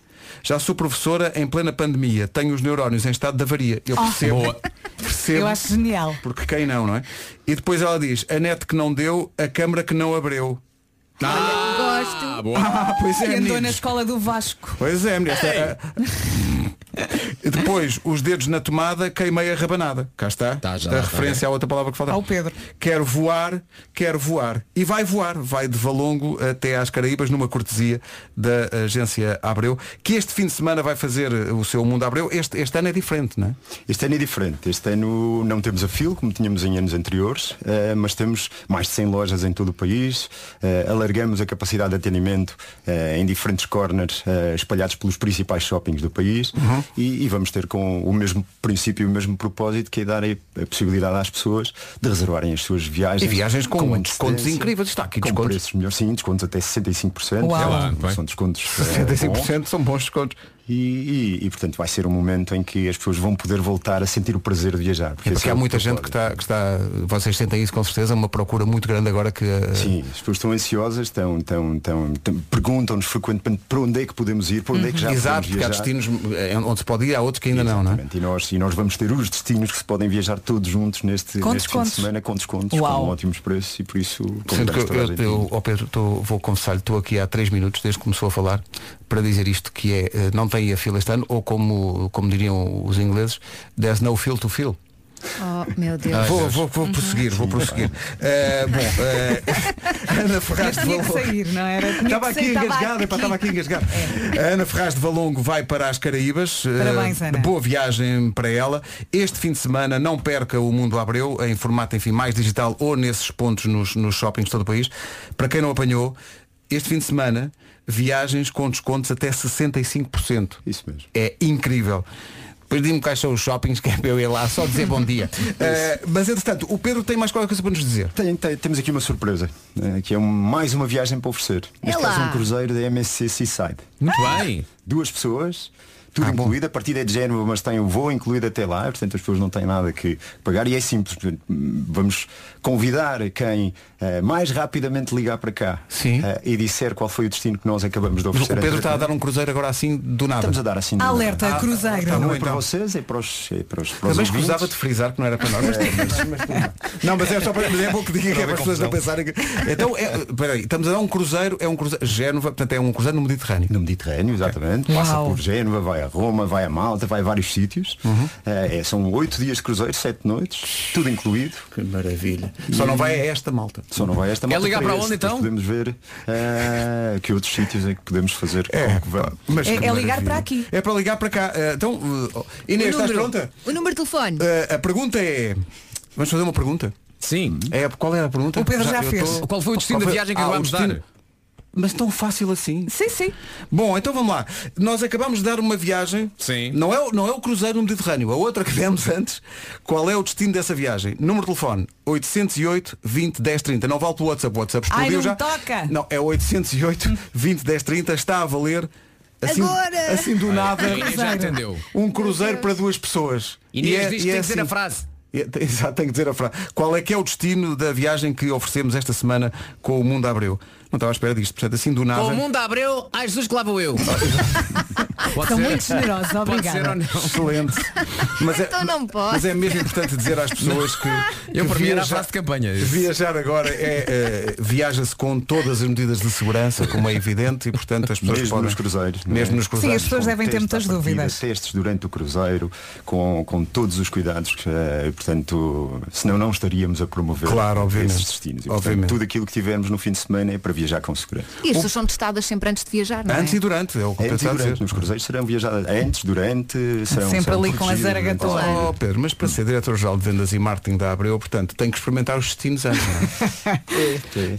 Já sou professora em plena pandemia, tenho os neurónios em estado de avaria. Eu
Oh.
percebo.
Boa.
percebo.
Eu acho genial.
Porque quem não, não é? E depois ela diz, a net que não deu, a câmara que não abriu.
Gosto.
boa. Ah, pois é,
e andou na
meninos.
escola do Vasco.
Pois é, mulher. Esta... E Depois, os dedos na tomada, queimei a rabanada. Cá Tá, está. a referência à outra palavra que falta. Ao
Pedro.
Quero voar, quero voar. E vai voar. Vai de Valongo até às Caraíbas, numa cortesia da agência Abreu, que este fim de semana vai fazer o seu Mundo Abreu. Este, este ano é diferente, não é?
Este ano é diferente. Este ano não temos a fila, como tínhamos em anos anteriores, eh, mas temos mais de 100 lojas em todo o país. eh, Alargamos a capacidade de atendimento eh, em diferentes corners eh, espalhados pelos principais shoppings do país
Uhum.
e, e vamos ter com o mesmo princípio e o mesmo propósito que é dar a a possibilidade às pessoas de reservarem as suas viagens.
E viagens com
antecedência,
descontos incríveis. Está aqui
com
descontos.
preços melhores, sim, descontos até 65%.
Uau.
É
Lá,
ótimo,
bem.
São descontos. eh,
65% são bons descontos.
E, e- e, portanto vai ser um momento em que as pessoas vão poder voltar a sentir o prazer de viajar.
É
esse
porque
é
há
o
muita gente que
propósito.
está, que está. Vocês sentem isso com certeza, uma procura muito grande agora que. eh,
Sim, as pessoas estão ansiosas, estão, estão, estão, estão- perguntam-nos frequentemente para onde é que podemos ir, para onde é que já
Uhum.
podemos
Exato, porque há
viajar.
destinos eh, onde se pode ir, há outros que ainda não, não é?
E nós, e nós vamos ter os destinos que se podem viajar todos juntos neste,
Com
neste fim de
descontos.
semana com descontos,
Uau.
com ótimos preços e por isso
Sendo que
convidamos toda a
eu,
gente.
eu, ó Pedro, tô- vou confessar-lhe, estou aqui há três minutos desde que começou a falar para dizer isto que é eh, não tem a fila este ano, ou como, como diriam os ingleses, there's no fill to fill.
Oh, meu Deus.
Ah, vou, vou, vou prosseguir, vou prosseguir. Eh, bom, eh, Ana Ferraz
Mas
de
tinha que
Valongo.
sair, não era? Tinha
Estava
que
aqui
sair,
engasgada, pá, estava aqui engasgada. A Ana Ferraz de Valongo vai para as Caraíbas. Eh,
É. Parabéns, Ana.
Boa viagem para ela. Este fim de semana não perca o Mundo Abreu, em formato, enfim, mais digital ou nesses pontos nos, nos shoppings de todo o país. Para quem não apanhou, este fim de semana, viagens com descontos até 65%.
Isso mesmo.
É incrível. Depois diz-me quais são os shoppings que é para eu ir lá, só dizer bom dia. Eh, mas entretanto, o Pedro tem mais qualquer coisa para nos dizer.
É Tem- tem- temos aqui uma surpresa, eh, que é um- mais uma viagem para oferecer.
É
Neste
Ela.
caso um cruzeiro da MSC Seaside. Muito
Ah.
bem. Duas pessoas.
Ah,
Tudo incluído, a partida é de género, mas tem o voo incluído até lá, portanto as pessoas não têm nada que pagar e é simples. hum, Vamos convidar quem eh, mais rapidamente ligar para cá eh, e disser qual foi o destino que nós acabamos de
Mas o
oferecer.
Pedro está a dar um cruzeiro agora assim do nada.
Estamos a dar assim do
Alerta,
nada.
cruzeiro.
Tá bom,
Não,
é para
então.
vocês, é para os, é para os, para os
Também
ouvintes.
escusava de frisar que não era para nós. mas-
É,
Não, mas é só para mas é bom que diga que é para as pessoas não pensarem que. Então, é, peraí, estamos a dar um cruzeiro, é um cruzeiro. Génova, portanto é um cruzeiro no Mediterrâneo.
No Mediterrâneo, exatamente.
É.
Passa por Génova, vai a Roma, vai a Malta, vai a vários sítios.
Uhum.
Eh, é, são oito dias de cruzeiro, sete noites, tudo incluído. Que maravilha.
Só não vai a esta malta.
Só não vai a esta
Quer
malta.
ligar para
esse,
onde,
depois
então?
Podemos ver eh, que outros sítios é que podemos fazer é,
mas É- que é ligar maravilha. para
aqui.
É para ligar para cá. Eh, Então, eh, Inês,
O
estás
número-
pronta?
O número de telefone.
Eh, a pergunta é. Vamos fazer uma pergunta? Sim. É, qual era a pergunta?
O Pedro já
eu
fez.
tô-
Qual foi o destino
Qual
da viagem que
Ah, o
acabámos de
destino.
dar?
Mas tão fácil assim?
Sim, sim.
Bom, então vamos lá. Nós acabamos de dar uma viagem. Sim. Não é, o- não é o cruzeiro no Mediterrâneo, a outra que demos antes. Qual é o destino dessa viagem? Número de telefone 808 20 10 30. Não vale pelo WhatsApp. O WhatsApp
Ai,
explodiu
não
já.
me toca.
Não, é 808 20 10 30. Está a valer. Assim,
Agora!
assim do nada.
A Inês já entendeu.
Um cruzeiro para duas pessoas.
Inês diz que tem que dizer a frase.
É, tem- Exato, tenho que dizer a frase. Qual é que é o destino da viagem que oferecemos esta semana com o Mundo Abreu? Não estava à espera disto, portanto, assim do nada.
Com o mundo abreu, ai Jesus que lá vou eu.
Pode
Ah, São
ser?
muito generosos, Pode obrigada. ser ou não?
Excelente. Mas é,
Então não posso.
mas é mesmo importante dizer às pessoas que.
Eu,
que
para mim, era a
viajar-
frase de campanha.
Viajar agora é. eh, Viaja-se com todas as medidas de segurança, como é evidente, e portanto as pessoas
Mesmo
podem.
nos cruzeiros. não é?
Mesmo nos cruzeiros.
pessoas
com
devem ter
testes
muitas
à partida,
dúvidas.
Testes durante o cruzeiro, com, com todos os cuidados, que, eh, portanto, senão não estaríamos a promover
Claro, obviamente.
esses destinos. E, portanto,
Obviamente.
tudo aquilo que tivermos no fim de semana é para viajar com segurança.
E as pessoas são testadas sempre antes de viajar, não é?
durante, é o
que antes e durante. Nos cruzeiros serão viajadas antes, durante, serão
Sempre
serão
ali com a
protegidas,
zaragatoa.
não é?
Oh, Pedro, mas para ser diretor-geral de vendas e marketing da Abreu, portanto, tem que experimentar os destinos antes. não é?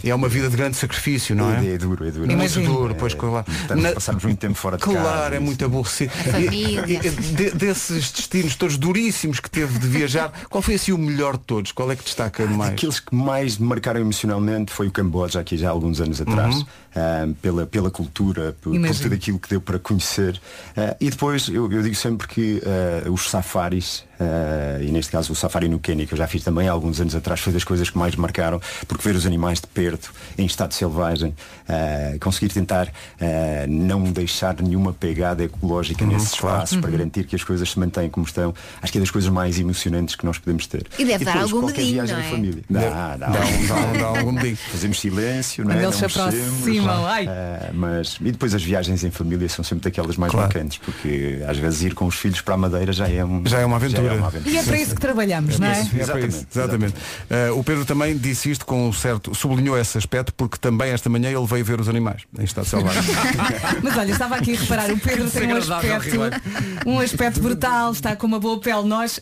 é uma vida de grande sacrifício, não é?
É duro, é duro.
É muito
Imagino.
duro, pois claro.
Portanto, passamos muito tempo fora de casa.
Claro, é muito aborrecido.
A família.
E- e- de- desses destinos todos duríssimos que teve de viajar, qual foi assim o melhor de todos? Qual é que destaca mais?
Ah, Aqueles que mais me marcaram emocionalmente foi o Camboja, aqui já há alguns anos atrás,
Uhum.
ah, pela, pela cultura, por, por
Imagino.
tudo aquilo que deu para conhecer. Ah, e depois eu, eu digo sempre que ah, os safaris, ah, e neste caso o safari no Quênia, que eu já fiz também há alguns anos atrás, foi das coisas que mais me marcaram, porque ver os animais de perto, em estado selvagem, ah, conseguir tentar ah, não deixar nenhuma pegada ecológica
Uhum,
nesse
claro.
espaço para
Uhum.
garantir que as coisas se mantêm como estão, acho que é das coisas mais emocionantes que nós podemos ter.
E deve dar
depois,
algum
qualquer
medinho,
viagem
não
em
é?
família. Dá, dá,
um- dá um-
dá,
dá algum medinho.
Fazemos silêncio, não
Quando
é?
eles
não
se
mexemos,
aproximam,
claro.
ai.
Ah, mas e depois as viagens em família são sempre daquelas mais marcantes, porque às vezes ir com os filhos para a Madeira já é um
Já é uma aventura.
E é para isso que trabalhamos, não é?
Isso, é para isso, exatamente. Uh, o Pedro também disse isto com um certo, sublinhou esse aspecto porque também esta manhã ele veio ver os animais em estado selvagem.
Mas olha, estava aqui a reparar, o Pedro tem um
Desagradável,
aspecto, um aspecto brutal, está com uma boa pele, nós
nós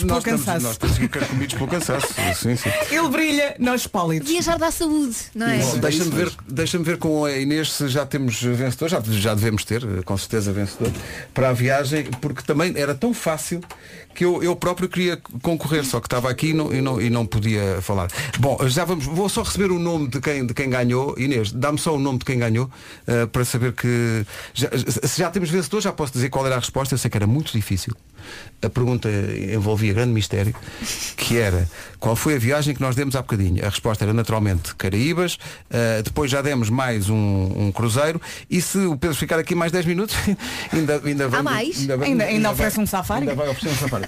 estamos,
pelo
nós estamos,
cansaço.
nós estamos carcomidos pelo cansaço. Sim, sim.
Ele brilha, nós pólidos.
Viajar dá saúde, não é?
Bom, Deixa-me ver, deixa ver com a Inês se já temos vencedor, já, já devemos ter, eh, com certeza vencedor, para a viagem, porque também era tão fácil que eu, eu próprio queria concorrer, só que estava aqui e não, e, não, e não podia falar. Bom, já vamos, vou só receber o nome de quem, de quem ganhou. Inês, dá-me só o nome de quem ganhou, eh, para saber que. Já, se já temos vencedor, já posso dizer qual era a resposta, eu sei que era muito difícil. A pergunta envolvia grande mistério, que era qual foi a viagem que nós demos há bocadinho? A resposta era naturalmente Caraíbas, ah, depois já demos mais um, um cruzeiro e se o Pedro ficar aqui mais 10 minutos, ainda, ainda vamos-
mais?
vamos-
Ainda- ainda
vai-
oferece um safari?
ainda vai oferecer um safari.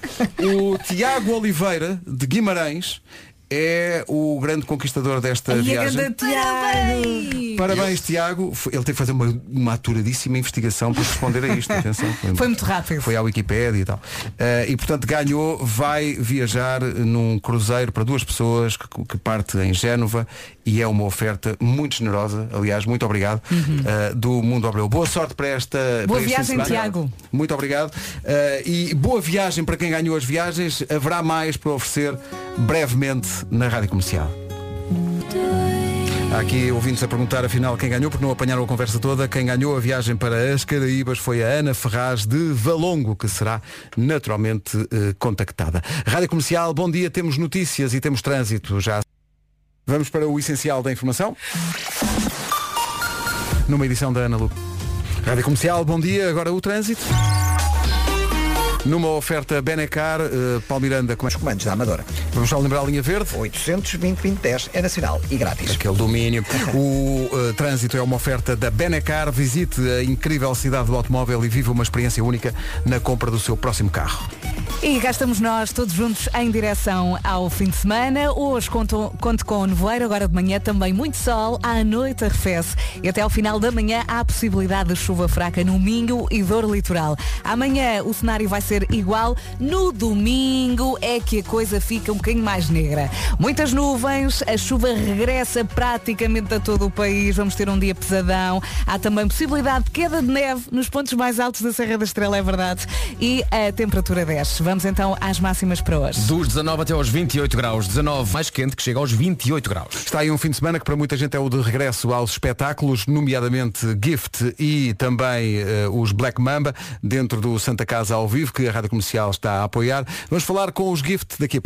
o Tiago Oliveira, de Guimarães, é o grande conquistador desta
E a
viagem.
grande Tiago.
Parabéns, Tiago. Foi- Ele teve que fazer uma, uma aturadíssima investigação para responder a isto. Atenção.
Foi muito rápido.
Foi à Wikipédia e tal. Eh, e, portanto, ganhou, vai viajar num cruzeiro para duas pessoas que, que parte em Génova e é uma oferta muito generosa, aliás, muito obrigado,
Uhum.
eh, do Mundo Abreu. Boa sorte para esta.
Boa
para este
viagem,
fim de semana.
Tiago.
Muito obrigado. Eh, e boa viagem para quem ganhou as viagens. Haverá mais para oferecer brevemente na Rádio Comercial. Há aqui ouvintes a perguntar afinal quem ganhou, porque não apanharam a conversa toda. Quem ganhou a viagem para as Caraíbas foi a Ana Ferraz de Valongo, que será naturalmente eh, contactada. Rádio Comercial, bom dia, temos notícias e temos trânsito já. Vamos para o essencial da informação. Numa edição da Ana Lu. Rádio Comercial, bom dia, agora o trânsito. Numa oferta Benecar, eh, Palmiranda, com os
comandos da Amadora.
Vamos só lembrar a linha verde?
820-2010 é nacional e grátis.
Aquele domínio. O eh, trânsito é uma oferta da Benecar. Visite a incrível cidade do automóvel e viva uma experiência única na compra do seu próximo carro.
E cá estamos nós, todos juntos, em direção ao fim de semana. Hoje conto, conto com o nevoeiro, agora de manhã também muito sol, à noite arrefece. E até ao final da manhã há a possibilidade de chuva fraca no Minho e dor litoral. Amanhã o cenário vai ser igual, no domingo é que a coisa fica um bocadinho mais negra. Muitas nuvens, a chuva regressa praticamente a todo o país, vamos ter um dia pesadão. Há também possibilidade de queda de neve nos pontos mais altos da Serra da Estrela, é verdade. E a temperatura desce. Vamos então às máximas para hoje.
Dos 19 até aos 28 graus. 19 mais quente, que chega aos 28 graus.
Está aí um fim de semana que para muita gente é o de regresso aos espetáculos, nomeadamente Gift e também eh, os Black Mamba, dentro do Santa Casa ao vivo, que a Rádio Comercial está a apoiar. Vamos falar com os Gift daqui.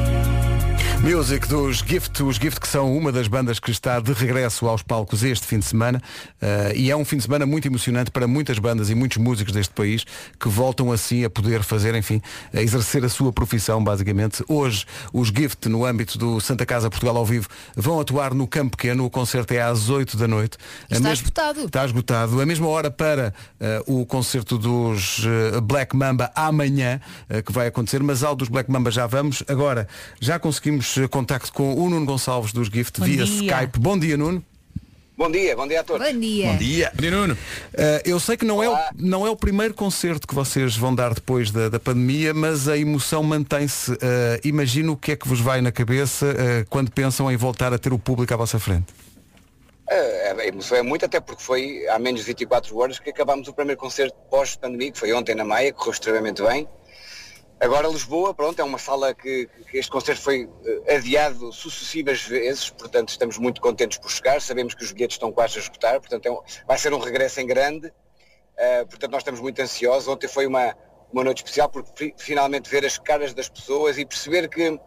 Music dos Gift, os Gift que são uma das bandas que está de regresso aos palcos este fim de semana eh, e é um fim de semana muito emocionante para muitas bandas e muitos músicos deste país que voltam assim a poder fazer, enfim, a exercer a sua profissão basicamente. Hoje os Gift no âmbito do Santa Casa Portugal ao vivo vão atuar no Campo Pequeno, o concerto é às 8 da noite. A
Está
mesma-
esgotado.
Está esgotado. A mesma hora para eh, o concerto dos eh, Black Mamba amanhã, eh, que vai acontecer, mas ao dos Black Mamba já vamos. Agora, já conseguimos eh, contacto com o Nuno Gonçalves dos Gift
Bom
via
dia.
Skype. Bom dia, Nuno.
Bom dia, bom dia a todos.
Bom dia.
dia. Bom dia, Nuno. eu sei que não é, o, não é o primeiro concerto que vocês vão dar depois da, da pandemia, mas a emoção mantém-se. Eh, imagino o que é que vos vai na cabeça eh, quando pensam em voltar a ter o público à vossa frente.
Eh, A emoção é muito, até porque foi há menos de 24 horas que acabámos o primeiro concerto pós-pandemia, que foi ontem na Maia, correu extremamente bem. Agora Lisboa, pronto, é uma sala que, que este concerto foi eh, adiado sucessivas vezes, portanto estamos muito contentes por chegar, sabemos que os bilhetes estão quase a esgotar, portanto é um- vai ser um regresso em grande, eh, portanto nós estamos muito ansiosos. Ontem foi uma, uma noite especial porque fi- finalmente ver as caras das pessoas e perceber que,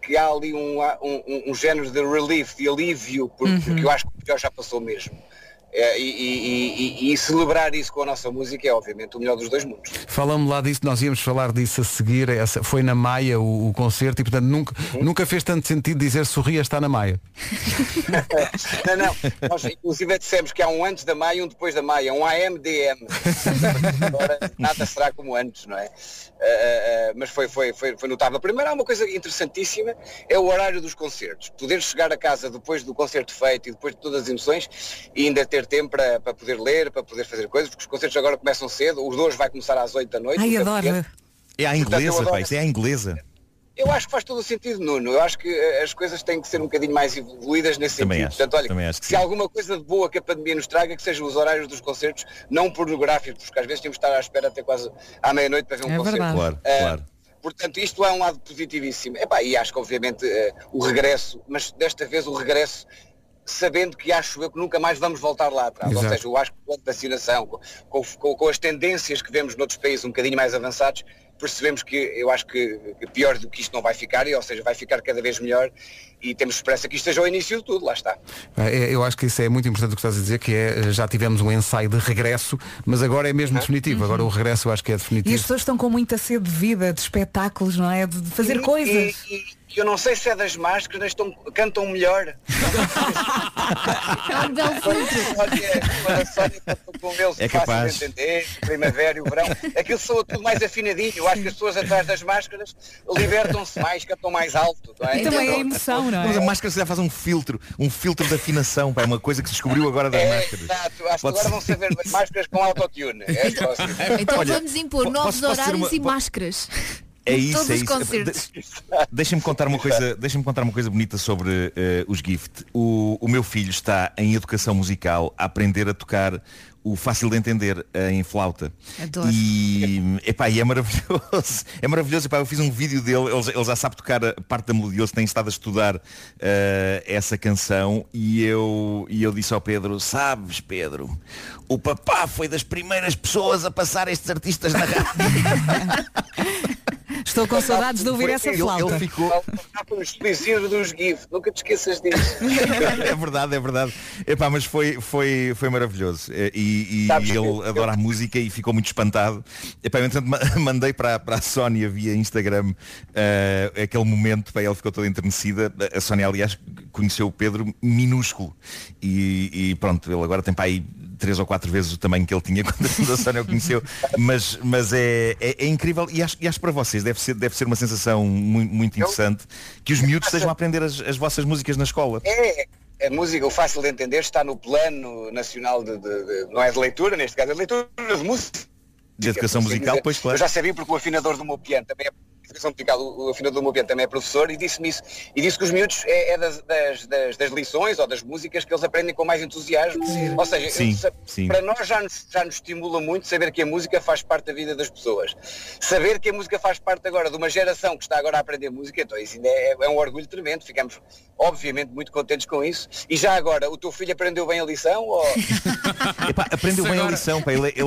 que há ali um, um, um- um género de relief, de alívio, por-
Uhum.
porque eu acho que o pior já passou mesmo. Eh, e- e- e- e- e celebrar isso com a nossa música é obviamente o melhor dos dois mundos.
Falamos lá disso, nós íamos falar disso a seguir. Essa, foi na Maia o, o concerto e, portanto, nunca, nunca fez tanto sentido dizer sorria está na Maia.
Não, não. Nós, inclusive, dissemos que há um antes da Maia e um depois da Maia. Um AMDM. Agora, nada será como antes, não é? Ah, ah, ah, mas foi, foi, foi, foi notável. Primeiro, há uma coisa interessantíssima. É o horário dos concertos. Poder chegar a casa depois do concerto feito e depois de todas as emoções e ainda ter tempo para, para poder ler, para poder fazer coisas, porque os concertos agora começam cedo. Os dois vai começar às 8 da noite.
Ai,
o campo
adoro.
pequeno.
É à
Portanto, eu
inglesa,
adoro
pá, isto é à inglesa.
Eu acho que faz todo o sentido, Nuno. Eu acho que eh, as coisas têm que ser um bocadinho mais evoluídas nesse
Também
sentido.
acho,
Portanto, olha,
também acho que
se há alguma coisa de boa que a pandemia nos traga, que sejam os horários dos concertos não pornográficos, porque às vezes temos de estar à espera até quase à meia-noite para ver um
É
concerto.
verdade. Claro,
Eh,
claro.
Portanto, isto é um lado positivíssimo. Epá, e acho que obviamente eh, o regresso, mas desta vez o regresso sabendo que acho eu que nunca mais vamos voltar lá atrás. Ou
Exato.
seja, eu acho que com a vacinação, com, com- com- com as tendências que vemos noutros países um bocadinho mais avançados, percebemos que eu acho que, que pior do que isto não vai ficar, e, ou seja, vai ficar cada vez melhor e temos esperança que isto seja o início de tudo, lá está.
É, Eu acho que isso é muito importante o que estás a dizer, que é eh, já tivemos um ensaio de regresso, mas agora é mesmo definitivo. Agora o regresso eu acho que é
E as
definitivo.
pessoas estão com muita sede de vida, de espetáculos, não é? De de fazer
E-
coisas.
E, e- e eu não sei se é das máscaras, estão, cantam melhor.
É um belo
com eles
É
é capaz.
capaz.
fácil de entender, primavera e o verão. É Aquilo soa tudo mais afinadinho. Eu acho que as pessoas atrás das máscaras libertam-se mais, cantam mais alto. Não é? Então,
Mas a máscara se já faz um filtro, um filtro de afinação, pá, é uma coisa que se descobriu agora das
É,
máscaras.
exato. Acho que
Pode
agora
ser.
vão saber as máscaras com autotune. É só assim.
Então
Olha,
vamos impor
po-
novos
posso- posso ter
horários
uma-
e
po-
máscaras.
É
Em
isso,
todos
é
os
isso.
concertos.
De- Deixa-me contar uma coisa, deixa-me contar uma coisa bonita sobre eh, os Gift. O, o meu filho está em educação musical a aprender a tocar o fácil de entender eh, em flauta.
Adoro.
E, epá, e é maravilhoso. É maravilhoso. Epá, eu fiz um vídeo dele, ele, ele já sabe tocar a parte da melodiosa, tem estado a estudar eh, essa canção e eu, e eu disse ao Pedro, sabes Pedro, o papá foi das primeiras pessoas a passar estes artistas na rádio.
Estou com saudades de ouvir
Foi-
essa
ele-
flauta.
Ele ficou... Estava nos suicídios dos um GIF, nunca te esqueças disso.
é verdade, é verdade. Epá, mas foi, foi, foi maravilhoso. Eh, E, e
Sabes
ele
que-
adora a música e ficou muito espantado. Epá, eu, entretanto, ma- mandei para, para a Sónia via Instagram eh, aquele momento, pá, ele ficou toda enternecida. A Sónia, aliás, conheceu o Pedro minúsculo. E, e pronto, ele agora tem para aí três ou quatro vezes o tamanho que ele tinha quando a Sónia o conheceu. Mas, mas é, é, é incrível e acho, e acho para vocês deve ser, deve ser uma sensação muito, muito interessante que os miúdos estejam a aprender as, as vossas músicas na escola.
É, a música, o fácil de entender, está no plano nacional de, de- de- não é de leitura, neste caso, é de leitura de música.
De educação musical, pois
Eu
claro.
já sabia porque o afinador do meu piano também é educação musical, o o afinador do meu piano também é professor e disse-me isso. E disse que os miúdos é, é das, das, das- das lições ou das músicas que eles aprendem com mais entusiasmo. Ou seja,
Sim,
eu sa-
sim.
para nós já nos, já nos estimula muito saber que a música faz parte da vida das pessoas. Saber que a música faz parte agora de uma geração que está agora a aprender música, então isso ainda é, é um orgulho tremendo. Ficamos, obviamente, muito contentes com isso. E já agora, o teu filho aprendeu bem a lição? Ou...
Epá, aprendeu bem a lição, pá. Ele está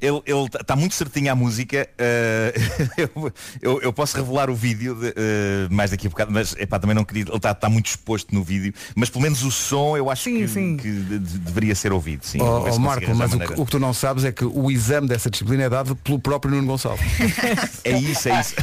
ele, ele tá- tá muito certinho à música. eh, eu, eu- eu posso revelar o vídeo de, eh, mais daqui a bocado, mas epá, também não queria. Ele está muito exposto no vídeo, mas pelo menos o som eu acho que, que de- de- deveria ser ouvido. Sim,
Ó,
Vou ver
ó,
se consigo
Oh, Marco,
arranjar
mas o
maneira.
que, o que tu não sabes é que o exame dessa disciplina é dado pelo próprio Nuno Gonçalves.
É isso, é isso.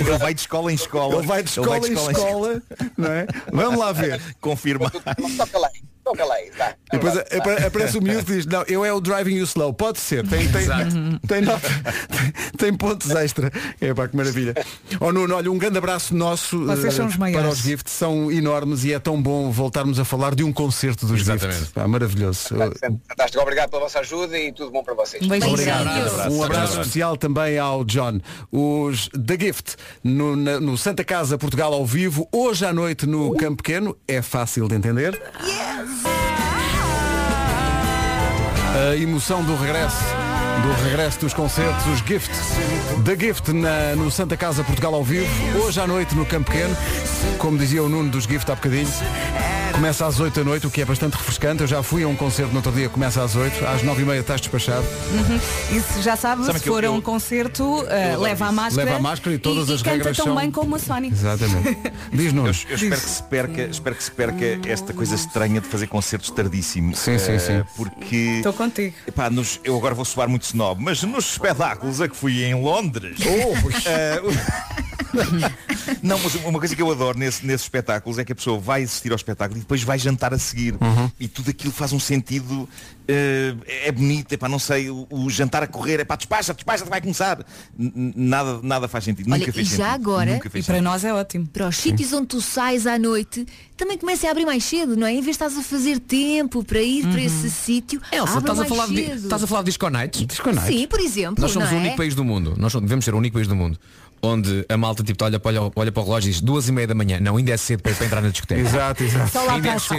ele vai de escola em escola.
Ele vai de escola, em escola, não é? Vamos lá ver.
Confirma.
Toca lá, toca lá aí, tá.
E depois a- apa- aparece o miúdo e diz, não, eu é o driving you slow. Pode ser, tem, tem,
Exato.
tem, nota- tem- tem pontos extra. É pá, que maravilha. Ó Nuno, olha, um grande abraço nosso
Vocês
eh,
são os maiores.
para os Gift, são enormes e é tão bom voltarmos a falar de um concerto dos Gift. Pá, maravilhoso.
Fantástico, obrigado pela vossa ajuda e tudo bom para vocês.
Obrigado. Um abraço especial também ao John. Os The Gift no, na- no Santa Casa Portugal ao vivo, hoje à noite no Campo Pequeno. É fácil de entender. A emoção do regresso, do regresso dos concertos, os Gift, da Gift na- no Santa Casa Portugal ao vivo, hoje à noite no Campo Pequeno, como dizia o Nuno dos Gift há bocadinho, começa às 8 da noite, o que é bastante refrescante. Eu já fui a um concerto no outro dia, começa às 8, às 9 e meia estás despachado.
Uhum. E se já sabe,
Sabe
se
que eu-
for a um
eu-
concerto, uh,
adoro
leva a
isso.
máscara.
Leva a máscara e todas as
canta
regras
tão
são-
bem como a Sony.
Exatamente. Diz Nuno.
Eu, eu espero que se perca, espero que se perca esta coisa estranha de fazer concertos tardíssimo.
Sim, sim,
Eh,
sim.
Porque
Estou contigo.
Epá, nos- eu agora vou soar muito snob, mas nos espetáculos a que fui em Londres. eh, o- não, mas uma coisa que eu adoro nesse- nesses espetáculos é que a pessoa vai assistir ao espetáculo e depois vai jantar a seguir.
Uhum.
E tudo aquilo faz um sentido. eh, é bonito, epá, não sei, o, o jantar a correr, é pá, despacha, despacha, vai começar. N- n- nada, nada faz sentido.
Olha,
Nunca fez
e já
sentido.
agora,
Nunca fez
e para
sentido.
nós é ótimo.
Para os sítios onde tu sais à noite, também começa a abrir mais cedo, não é? Em vez de estás a fazer tempo para ir para esse sítio,
Uhum. É, Elsa,
abre
estás a,
mais
falar de,
cedo.
estás a falar de Disco Nights?
Sim, por exemplo,
Nós somos
não
o único
é?
país do mundo, nós somos- devemos ser o único país do mundo, onde a malta tipo, olha, olha, olha para o relógio e diz duas e meia da manhã, não, ainda é cedo para, para entrar na discoteca.
Exato, exato.
Só lá
Ainda é
para as
cedo.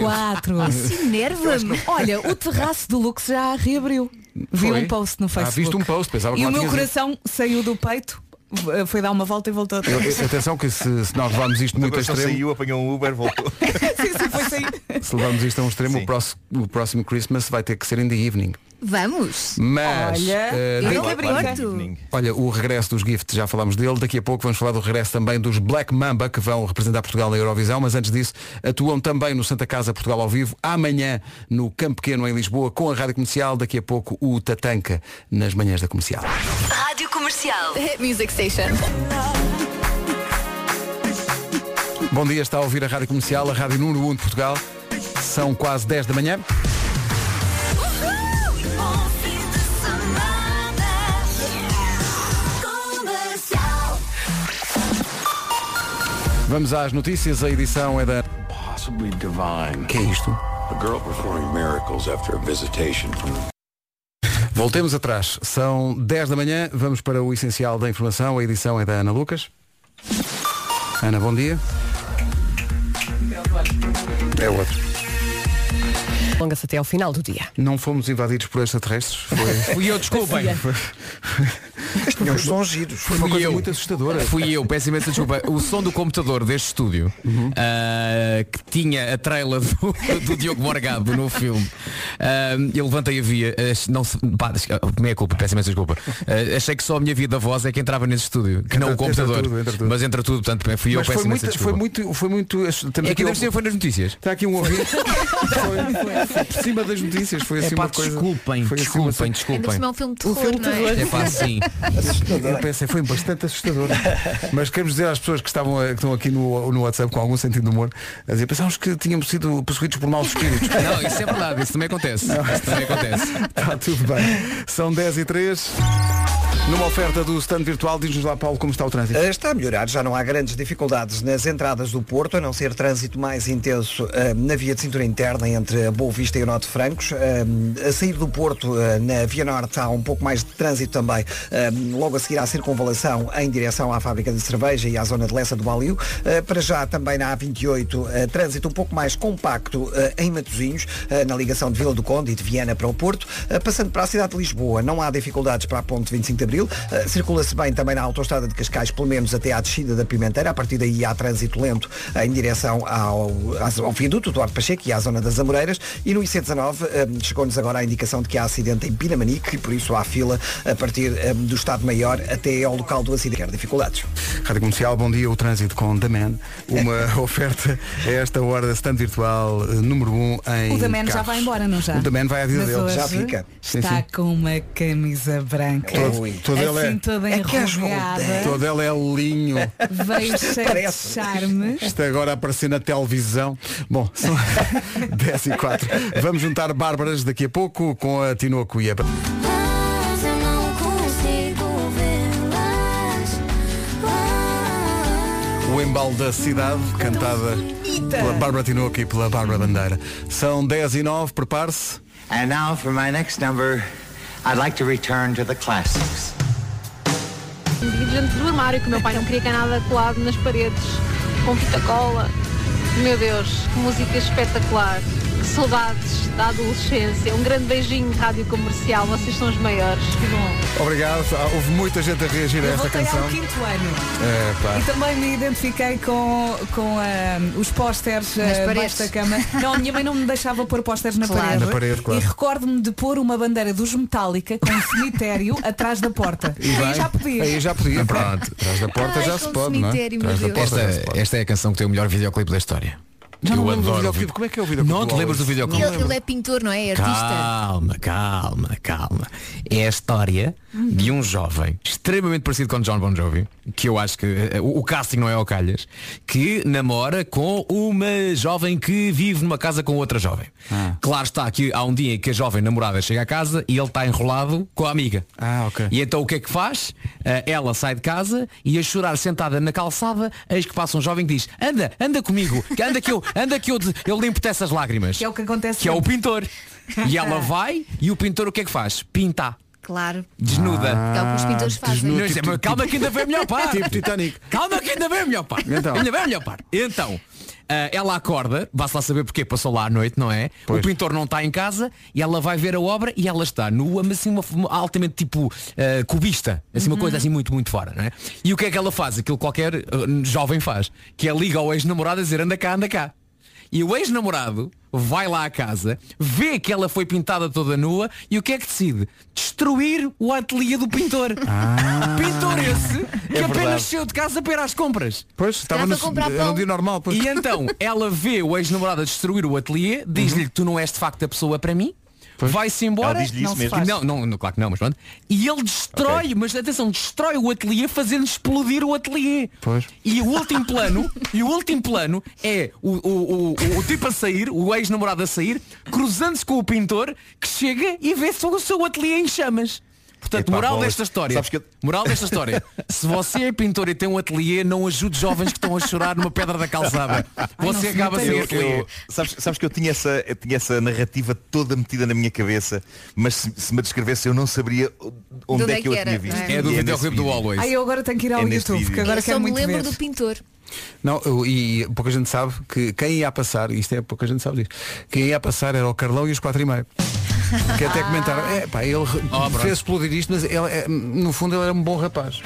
quatro. Isso enerva-me. Ah, Olha, o terraço do Lux já reabriu. Vi
Foi?
um post no
Ah,
Facebook.
viste um post, pensava que
E
lá
o meu
tinhas-
coração saiu do peito, v- foi dar uma volta e voltou
Eu-
atrás.
eu- atenção que se, se nós levarmos isto muito a
Então
extremo,
saiu, apanhou um Uber, voltou.
se levarmos isto a um extremo, o próximo, o próximo Christmas vai ter que ser in the evening.
Vamos.
Mas
Olha,
eh,
eu
daqui-
não abrigo.
Olha, o regresso dos Gift, já falámos dele, daqui a pouco vamos falar do regresso também dos Black Mamba, que vão representar Portugal na Eurovisão, mas antes disso, atuam também no Santa Casa Portugal ao vivo, amanhã no Campo Pequeno em Lisboa, com a Rádio Comercial, daqui a pouco o Tatanca nas manhãs da comercial.
Rádio Comercial.
Music Station.
Bom dia, está a ouvir a Rádio Comercial, a Rádio Número 1 de Portugal. São quase 10 da manhã. Vamos às notícias, a edição é da...
Possibly divine.
Que é isto?
A girl performing miracles after a visitation from the
Voltemos atrás, são 10 da manhã, vamos para o essencial da informação, a edição é da Ana Lucas. Ana, bom dia. É outro.
Longa-se até ao final do dia.
Não fomos invadidos por extraterrestres? Foi...
Fui eu, desculpem.
Foi-
Mas tinham os sons giros.
Foi uma
Fui
coisa
eu.
muito assustadora.
Fui eu, peço imensa desculpa. O som do computador deste estúdio,
Uhum.
ah, que tinha a trailer do, do Diogo Morgado no filme, ah, eu levantei a via. as- não se- pá, des- ah, meia culpa, peço imensa desculpa. Ah, achei que só a minha vida da voz é que entrava nesse estúdio, que não o
Entra-
computador.
entra tudo, entra tudo.
Mas entra tudo, portanto, bem, fui eu,
Mas
peço
foi
imensa
muito,
desculpa.
foi muito, foi muito. Estamos
É
aqui
que deve ser, foi nas notícias.
Está aqui um ouvinte. foi, foi por cima das notícias. Foi assim
Epá,
uma coisa.
É desculpem,
foi assim uma-
desculpem, desculpem.
Ainda por cima é um filme de terror, não é?
Eu pensei, foi bastante assustador. Mas queremos dizer às pessoas que, estavam, a- que estão aqui no, no WhatsApp com algum sentido de humor, a dizer, pensámos que tínhamos sido possuídos por maus espíritos.
Não, isso é verdade, isso também acontece. Isso também acontece.
Está Tá tudo bem. São 10 e 3. Numa oferta do stand virtual, diz-nos lá, Paulo, como está o trânsito.
Eh, Está a melhorar, já não há grandes dificuldades nas entradas do Porto, a não ser trânsito mais intenso eh, na via de cintura interna entre a Boa Vista e o Norte de Francos. Eh, A sair do Porto, eh, na Via Norte, há um pouco mais de trânsito também, eh, logo a seguir à circunvalação em direção à fábrica de cerveja e à zona de Lessa do Balio. Eh, Para já também na A28, eh, trânsito um pouco mais compacto eh, em Matosinhos, eh, na ligação de Vila do Conde e de Viana para o Porto. Eh, Passando para a cidade de Lisboa, não há dificuldades para a ponte 25 de Abril. Eh, Circula-se bem também na autoestrada de Cascais, pelo menos até à descida da Pimenteira. A partir daí há trânsito lento eh, em direção ao, ao viaduto Duarte Pacheco e à zona das Amoreiras. E no IC19 eh, chegou-nos agora a indicação de que há acidente em Pinamanique e por isso há fila a partir eh, do Estado Maior até ao local do acidente. Quer Dificuldades.
Rádio Comercial, bom dia, o trânsito com The Man. Uma oferta a esta hora da stand virtual eh, número 1 um em.
O da Man já
carros.
vai embora, não já?
O da Man vai à vida
Mas
dele.
hoje
Já fica. Sim,
Está
sim.
com uma camisa branca.
Todo- todo ele é-
assim toda
É que as
enrugada.
Todo ela é linho.
Veio cheia de charme.
Isto agora aparecer na televisão. Bom, são 10 e 4. Vamos juntar Bárbaras daqui a pouco com a Tinoco e a...
Mas eu não consigo vê-las.
O embalo da cidade, cantada pela Bárbara Tinoco e pela Bárbara Bandeira. São 10 e 9, prepare-se.
And now for my next number, I'd like to return to the classics.
Dentro do armário que o meu pai não queria que nada colado nas paredes, com fita cola. Meu Deus, que música espetacular. Que saudades da adolescência. Um grande beijinho, rádio comercial. Vocês são os maiores. Que bom.
Obrigado, Ah, houve muita gente a reagir a
Eu
esta
voltei
É
canção.
ao quinto ano.
É, pá.
E também me identifiquei com, com ah, os pósteres
Nas
ah,
paredes.
debaixo da cama. Não, a minha mãe não me deixava pôr pósteres na
Claro.
parede.
Na parede, claro.
E recordo-me de pôr uma bandeira dos Metallica com um cemitério atrás da porta.
E vai.
aí já podias.
Aí já podia.
Pronto.
Atrás da porta
Ai,
já
com
se pode, não é?
cemitério, meu
Atrás da
Deus.
porta já se
Esta, esta é a canção que tem o melhor videoclipe da história.
Já não
eu
lembro do
adoro.
videoclipe. Como é que é o videoclipe
Não
do
te lembras do
Alves?
videoclipe?
Ele, ele é pintor, não é? É artista.
Calma, calma, calma. É a história de um jovem extremamente parecido com John Bon Jovi, que eu acho que eh, o, o casting não é ao calhas, que namora com uma jovem que vive numa casa com outra jovem.
Ah.
Claro está que há um dia em que a jovem namorada chega à casa e ele está enrolado com a amiga.
Ah, ok.
E então o que é que faz? Ah, Ela sai de casa e a chorar sentada na calçada, eis que passa um jovem que diz, anda, anda comigo, que anda que eu, anda que eu, eu limpo-te essas lágrimas.
Que é o que acontece.
Que é o
sempre.
pintor. E ela vai e o pintor o que é que faz? Pinta.
Claro.
Desnuda.
Que é o que os pintores fazem.
Não,
Tipo,
isso é- mas calma que ainda vem a melhor parte.
Tipo Titanic.
Calma que ainda vem a melhor parte.
Então.
Ainda vem a melhor parte. Então, ah, ela acorda, vá-se lá saber porque passou lá à noite, não é?
Pois.
O pintor não está em casa e ela vai ver a obra e ela está nua, mas assim uma, uma- altamente tipo ah, cubista. Assim uma coisa assim muito, muito fora, não é? E o que é que ela faz? Aquilo que qualquer ah, jovem faz, que é liga ao ex-namorado a dizer anda cá, anda cá. E o ex-namorado vai lá à casa, vê que ela foi pintada toda nua e o que é que decide? Destruir o ateliê do pintor. Pintor esse
É
que
É verdade.
apenas saiu de casa para ir às compras.
Pois, estava no,
para comprar
era um
pão.
dia normal. Pois.
E então ela vê o ex-namorado a destruir o ateliê, diz-lhe tu não és de facto a pessoa para mim. Vai-se embora.
Ela diz-lhe
não,
isso
se
mesmo.
faz. Não, não, não, claro que não, mas pronto. E ele destrói, mas atenção, destrói o ateliê fazendo explodir o ateliê.
Pois.
E o último plano, e o último plano é o, o, o, o tipo a sair, o ex-namorado a sair, cruzando-se com o pintor, que chega e vê só o seu ateliê em chamas. Portanto,
Epá,
moral
bolas.
desta história.
Sabes que eu-
Moral desta história. Se você é pintor e tem um ateliê, não ajude jovens que estão a chorar numa pedra da calçada. Você acaba sem
eu,
ateliê.
eu, sabes, sabes que eu tinha, essa, eu tinha essa narrativa toda metida na minha cabeça, mas se, se me descrevesse eu não saberia onde
onde
é
é
que eu
que
a tinha
era,
visto.
não é?
É do
E nesse
videoclipe do
vídeo.
Always.
Ai, eu agora tenho que ir ao
É neste
YouTube,
vídeo.
que agora
eu
quero
só me
muito
lembro
ver.
do pintor.
Não, eu- e pouca gente sabe que quem ia a passar, isto é pouca gente sabe disso, quem ia a passar era o Carlão e os quatro e meio. Que até comentaram, é pá, ele re-
Oh, pronto.
fez explodir isto, mas ele, é, no fundo ele era um bom rapaz.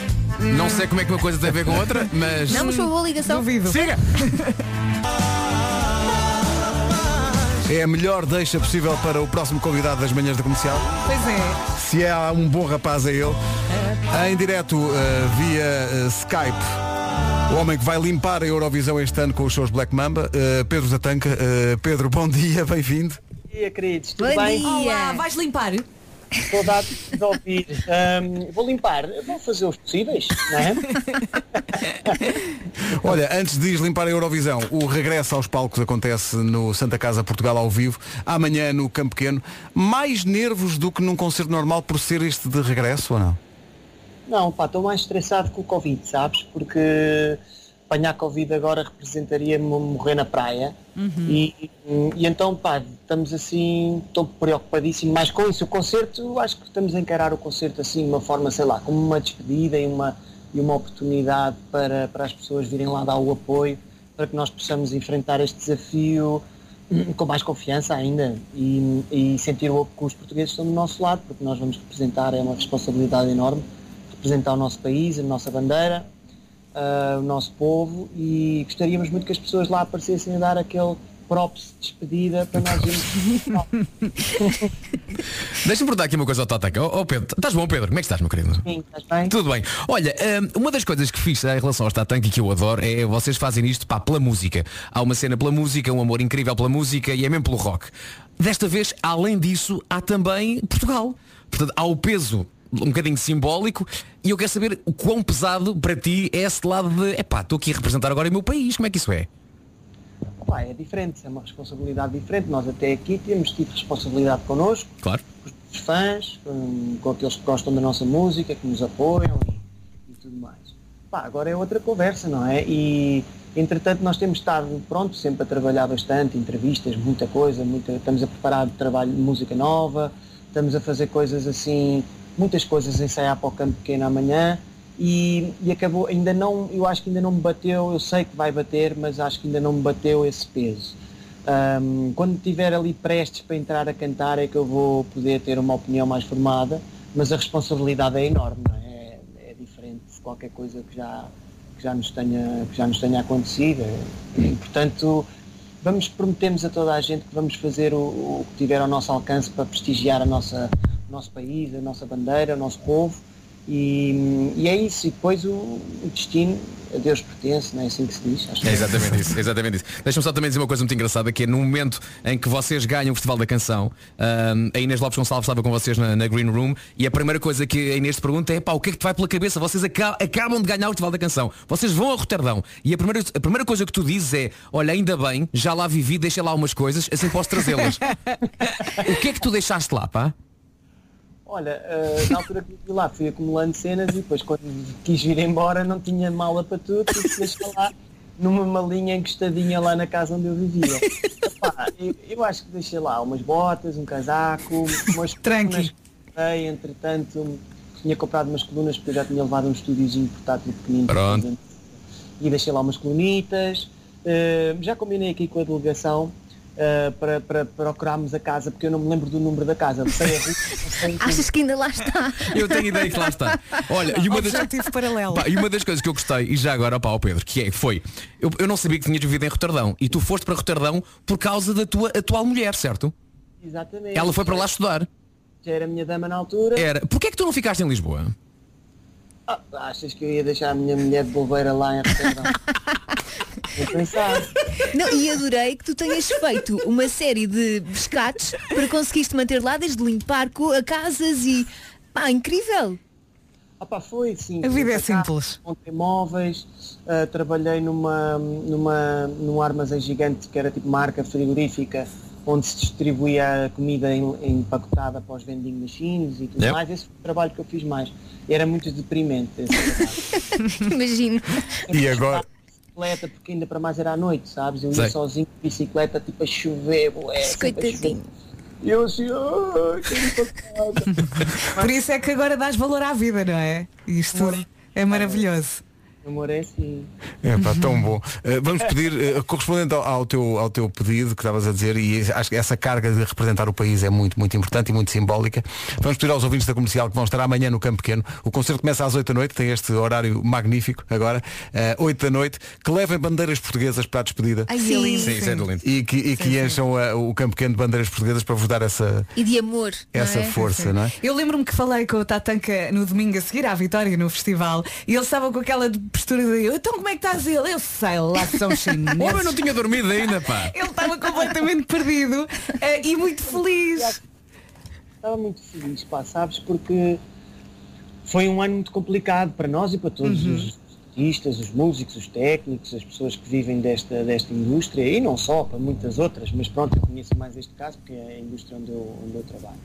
Não sei como é que uma coisa tem a ver com outra, mas.
Não, mas foi uma boa ligação.
Duvido.
Siga!
É a melhor deixa possível para o próximo convidado das manhãs da comercial.
Pois é.
Se é um bom rapaz é ele. Em direto eh, via eh, Skype. O homem que vai limpar a Eurovisão este ano com os seus Black Mamba, eh, Pedro Zatanca. Eh, Pedro, bom dia, bem-vindo.
Bom dia, queridos. Tudo
Bom
bem?
dia. Olá, vais limpar?
Saudades de ouvir. Ahm, vou limpar. Vou fazer os possíveis, não é?
Olha, antes de ires limpar a Eurovisão, o regresso aos palcos acontece no Santa Casa Portugal ao vivo, amanhã no Campo Pequeno. Mais nervos do que num concerto normal por ser este de regresso ou não?
Não, pá, estou mais estressado com o Covid, sabes? Porque apanhar Covid agora representaria-me morrer na praia. E, e então, pá, estamos assim, estou preocupadíssimo mais com isso. O concerto, acho que estamos a encarar o concerto assim de uma forma, sei lá, como uma despedida e uma, e uma oportunidade para, para as pessoas virem lá dar o apoio, para que nós possamos enfrentar este desafio hum, com mais confiança ainda e, e sentir o que os portugueses estão do nosso lado, porque nós vamos representar, é uma responsabilidade enorme, representar o nosso país, a nossa bandeira, ah, o nosso povo e gostaríamos muito que as pessoas lá aparecessem a dar aquele props de despedida para nós irmos.
Deixa-me perguntar aqui uma coisa ao Tataca. Ó ó, Pedro, estás bom, Pedro? Como é que estás, meu querido?
Sim, estás bem?
Tudo bem. Olha, hum, uma das coisas que fiz em relação aos Tatanka e que eu adoro é vocês fazem isto pá, pela música. Há uma cena pela música, um amor incrível pela música e é mesmo pelo rock. Desta vez, além disso, há também Portugal. Portanto, há o peso um bocadinho simbólico e eu quero saber o quão pesado para ti é esse lado de epá, estou aqui a representar agora o meu país, como é que isso é?
Pá, é diferente, é uma responsabilidade diferente. Nós até aqui temos tido responsabilidade connosco,
Claro.
com os fãs, com, com aqueles que gostam da nossa música, que nos apoiam e, e tudo mais. Pá, agora é outra conversa, não é? E entretanto nós temos estado pronto, sempre a trabalhar bastante, entrevistas, muita coisa, muita, estamos a preparar trabalho de música nova, estamos a fazer coisas assim, muitas coisas a ensaiar para o campo pequeno amanhã e, e acabou, ainda não, eu acho que ainda não me bateu, eu sei que vai bater, mas acho que ainda não me bateu esse peso. Ahm, quando estiver ali prestes para entrar a cantar é que eu vou poder ter uma opinião mais formada, mas a responsabilidade é enorme, não é? É, é diferente de qualquer coisa que já, que já, nos tenha, que já nos tenha acontecido. E, portanto, vamos prometemos a toda a gente que vamos fazer o, o que tiver ao nosso alcance para prestigiar a nossa, o nosso país, a nossa bandeira, o nosso povo. E, e é isso, e depois o, o destino a Deus pertence, não é assim que se diz? Acho que
É exatamente isso, é exatamente isso. Deixa-me só também dizer uma coisa muito engraçada, que é no momento em que vocês ganham o Festival da Canção, ahm, a Inês Lopes Gonçalves estava com vocês na, na Green Room e a primeira coisa que a Inês te pergunta é pá, o que é que te vai pela cabeça? Vocês aca- acabam de ganhar o Festival da Canção, vocês vão a Roterdão e a primeira, a primeira coisa que tu dizes é olha, ainda bem, já lá vivi, deixei lá umas coisas, assim posso trazê-las. o que é que tu deixaste lá, pá?
Olha, eh, na altura que fui lá fui acumulando cenas e depois quando quis vir embora não tinha mala para tudo e deixei lá numa malinha encostadinha lá na casa onde eu vivia. Epá, eu, eu acho que deixei lá umas botas, um casaco, umas colunas que comprei, entretanto tinha comprado umas colunas porque eu já tinha levado um estúdiozinho portátil pequenino
Pronto.
e deixei lá umas colunitas. Eh, já combinei aqui com a delegação eh, para, para procurarmos a casa, porque eu não me lembro do número da casa. Sei a rua, sei o
Achas que ainda lá está?
Eu tenho ideia que lá está. Olha, e uma das...
Objetivo paralelo.
Pá, e uma das coisas que eu gostei, e já agora pá, ao Pedro, que é, foi, eu, eu não sabia que tinhas vivido em Roterdão e tu foste para Roterdão por causa da tua atual mulher, certo?
Exatamente.
Ela foi para lá estudar.
Já era a minha dama na altura.
Era. Porquê é que tu não ficaste em Lisboa?
Ah, achas que eu ia deixar a minha mulher de bobeira lá em Roterdão? Vou pensar.
Não, e adorei que tu tenhas feito uma série de pescados para conseguiste manter lá desde limpar co- a casas e. Pá, incrível!
Ah pá, foi sim.
A vida é
simples. Montei móveis, ah, trabalhei numa, numa, num armazém gigante que era tipo marca frigorífica, onde se distribuía a comida em, empacotada para os vending machines e tudo
Yep.
mais. Esse foi o trabalho que eu fiz mais. Era muito deprimente. esse trabalho.
Imagino.
E agora?
bicicleta, porque ainda para mais era à noite, sabes? Eu ia
Sei.
sozinho de bicicleta, tipo a chover, bué, sempre a chover.
Coitadinho.
E eu assim, "Ai, quero ir para casa."
Por isso é que agora dás valor à vida, não é? Isto é maravilhoso.
Amor é assim.
É pá, tão bom. Uh, vamos pedir, uh, correspondente ao, ao teu, ao teu pedido que estavas a dizer, e acho que essa carga de representar o país é muito, muito importante e muito simbólica, vamos pedir aos ouvintes da comercial que vão estar amanhã no Campo Pequeno. O concerto começa às 8 da noite, tem este horário magnífico agora, uh, 8 da noite, que levem bandeiras portuguesas para a despedida.
Ai, Sim. é lindo. Sim, isso é
lindo.
E que, e que encham uh, o Campo Pequeno de bandeiras portuguesas para vos dar essa,
E de amor. não
essa
é?
força, não é?
Eu lembro-me que falei com o Tatanka no domingo a seguir à vitória no festival e ele estava com aquela postura de eu, então como é que estás ele? Eu sei lá são chineses.
Homem, eu não tinha dormido ainda, pá.
Ele estava completamente perdido eh, e muito feliz.
Estava muito feliz, pá, sabes? Porque foi um ano muito complicado para nós e para todos
Uhum.
os artistas, os músicos, os técnicos, as pessoas que vivem desta, desta indústria e não só, para muitas outras, mas pronto, eu conheço mais este caso porque é a indústria onde eu, onde eu trabalho.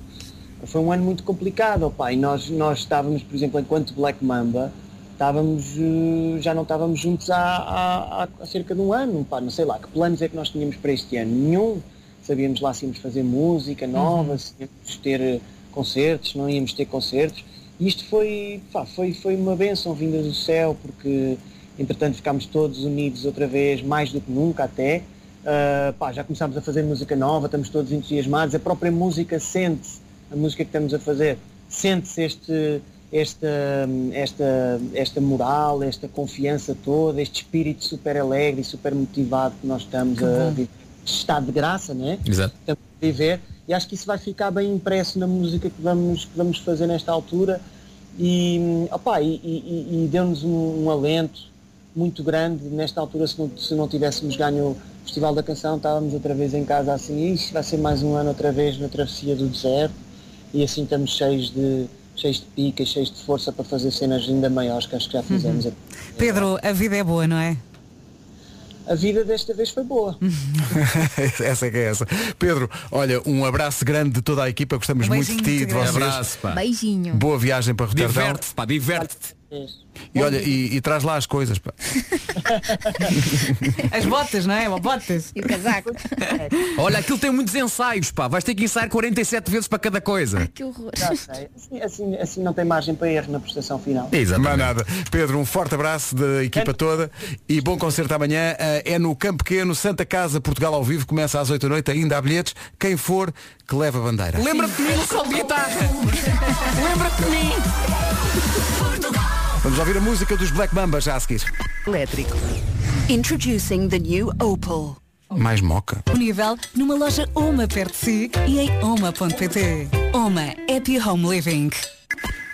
Foi um ano muito complicado, opá, e nós, nós estávamos, por exemplo, enquanto Black Mamba, estávamos, eh, já não estávamos juntos há, há- há- há cerca de um ano, pá, não sei lá, que planos é que nós tínhamos para este ano? Nenhum. Sabíamos lá se íamos fazer música nova, se íamos ter eh, concertos, se não íamos ter concertos. E isto foi, pá, foi, foi uma benção vinda do céu, porque entretanto ficámos todos unidos outra vez, mais do que nunca até. Uh, pá, já começámos a fazer música nova, estamos todos entusiasmados, a própria música sente-se, a música que estamos a fazer, sente-se este, esta, esta, esta moral, esta confiança toda, este espírito super alegre e super motivado que nós estamos
Que
a
bom.
viver. Está de graça, não é?
Exato.
estamos a viver e acho que isso vai ficar bem impresso na música que vamos, que vamos fazer nesta altura e, opá, e, e- e- e deu-nos um, um alento muito grande nesta altura se não, se não tivéssemos ganho o Festival da Canção estávamos outra vez em casa assim, isso vai ser mais um ano outra vez na travessia do deserto e assim estamos cheios de cheios de pica, cheios de força para fazer cenas ainda maiores que acho que já
Uhum.
fizemos
Pedro, a vida é boa, não é?
a vida desta vez foi boa
essa é que é essa. Pedro, olha, um abraço grande de toda a equipa, gostamos
Um
muito de
beijinho
ti e de
muito
vocês.
grande. Abraço, pá. Beijinho.
Boa viagem para Roterdão.
Diverte-te, pá, diverte-te.
E olha, e, e traz lá as coisas, pá.
As botas, não é? Botas.
E o casaco.
Olha, aquilo tem muitos ensaios, pá. Vais ter que ensaiar 47 vezes para cada coisa.
que horror
Já sei. Assim, assim, assim não tem margem para erro na prestação final
Mais nada. Pedro, um forte abraço da equipa toda e bom concerto amanhã. Ah, É no Campo Pequeno, Santa Casa, Portugal ao vivo, começa às 8 da noite, ainda há bilhetes. Quem for, que leva a
Tá.
bandeira.
Lembra-te de mim no sol de guitarra.
Lembra-te de mim.
Vamos ouvir a música dos Black Mamba já a seguir.
Elétrico. Introducing the new Opel.
Mais moca.
Disponível numa loja Oma perto de si e em oma.pt. Oma Happy Home Living.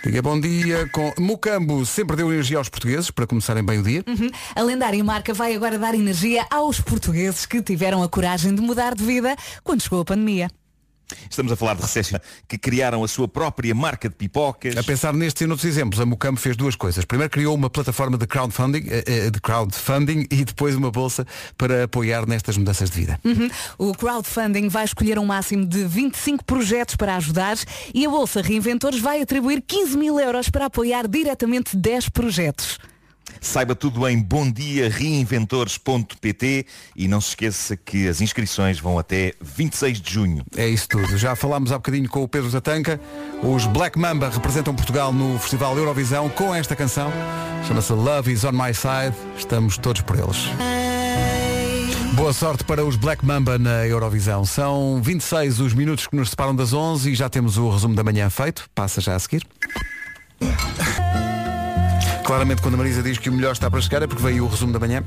Diga bom dia com Mucambo, sempre deu energia aos portugueses para começarem bem o dia.
Uhum. A lendária marca vai agora dar energia aos portugueses que tiveram a coragem de mudar de vida quando chegou a pandemia.
Estamos a falar de recessos que criaram a sua própria marca de pipocas.
A pensar nestes e noutros exemplos, a Mucambo fez duas coisas. Primeiro criou uma plataforma de crowdfunding, eh, eh, de crowdfunding e depois uma bolsa para apoiar nestas mudanças de vida.
Uhum. O crowdfunding vai escolher um máximo de 25 projetos para ajudar e a Bolsa Reinventores vai atribuir 15 mil euros para apoiar diretamente 10 projetos.
Saiba tudo em bomdiareinventores.pt e não se esqueça que as inscrições vão até 26 de junho.
É isso tudo. Já falámos há bocadinho com o Pedro Tatanca. Os Black Mamba representam Portugal no Festival Eurovisão com esta canção. Chama-se Love is on my side. Estamos todos por eles. Boa sorte para os Black Mamba na Eurovisão. São 26 os minutos que nos separam das 11 e já temos o resumo da manhã feito. Passa já a seguir. Claramente quando a Marisa diz que o melhor está para chegar é porque veio o resumo da manhã.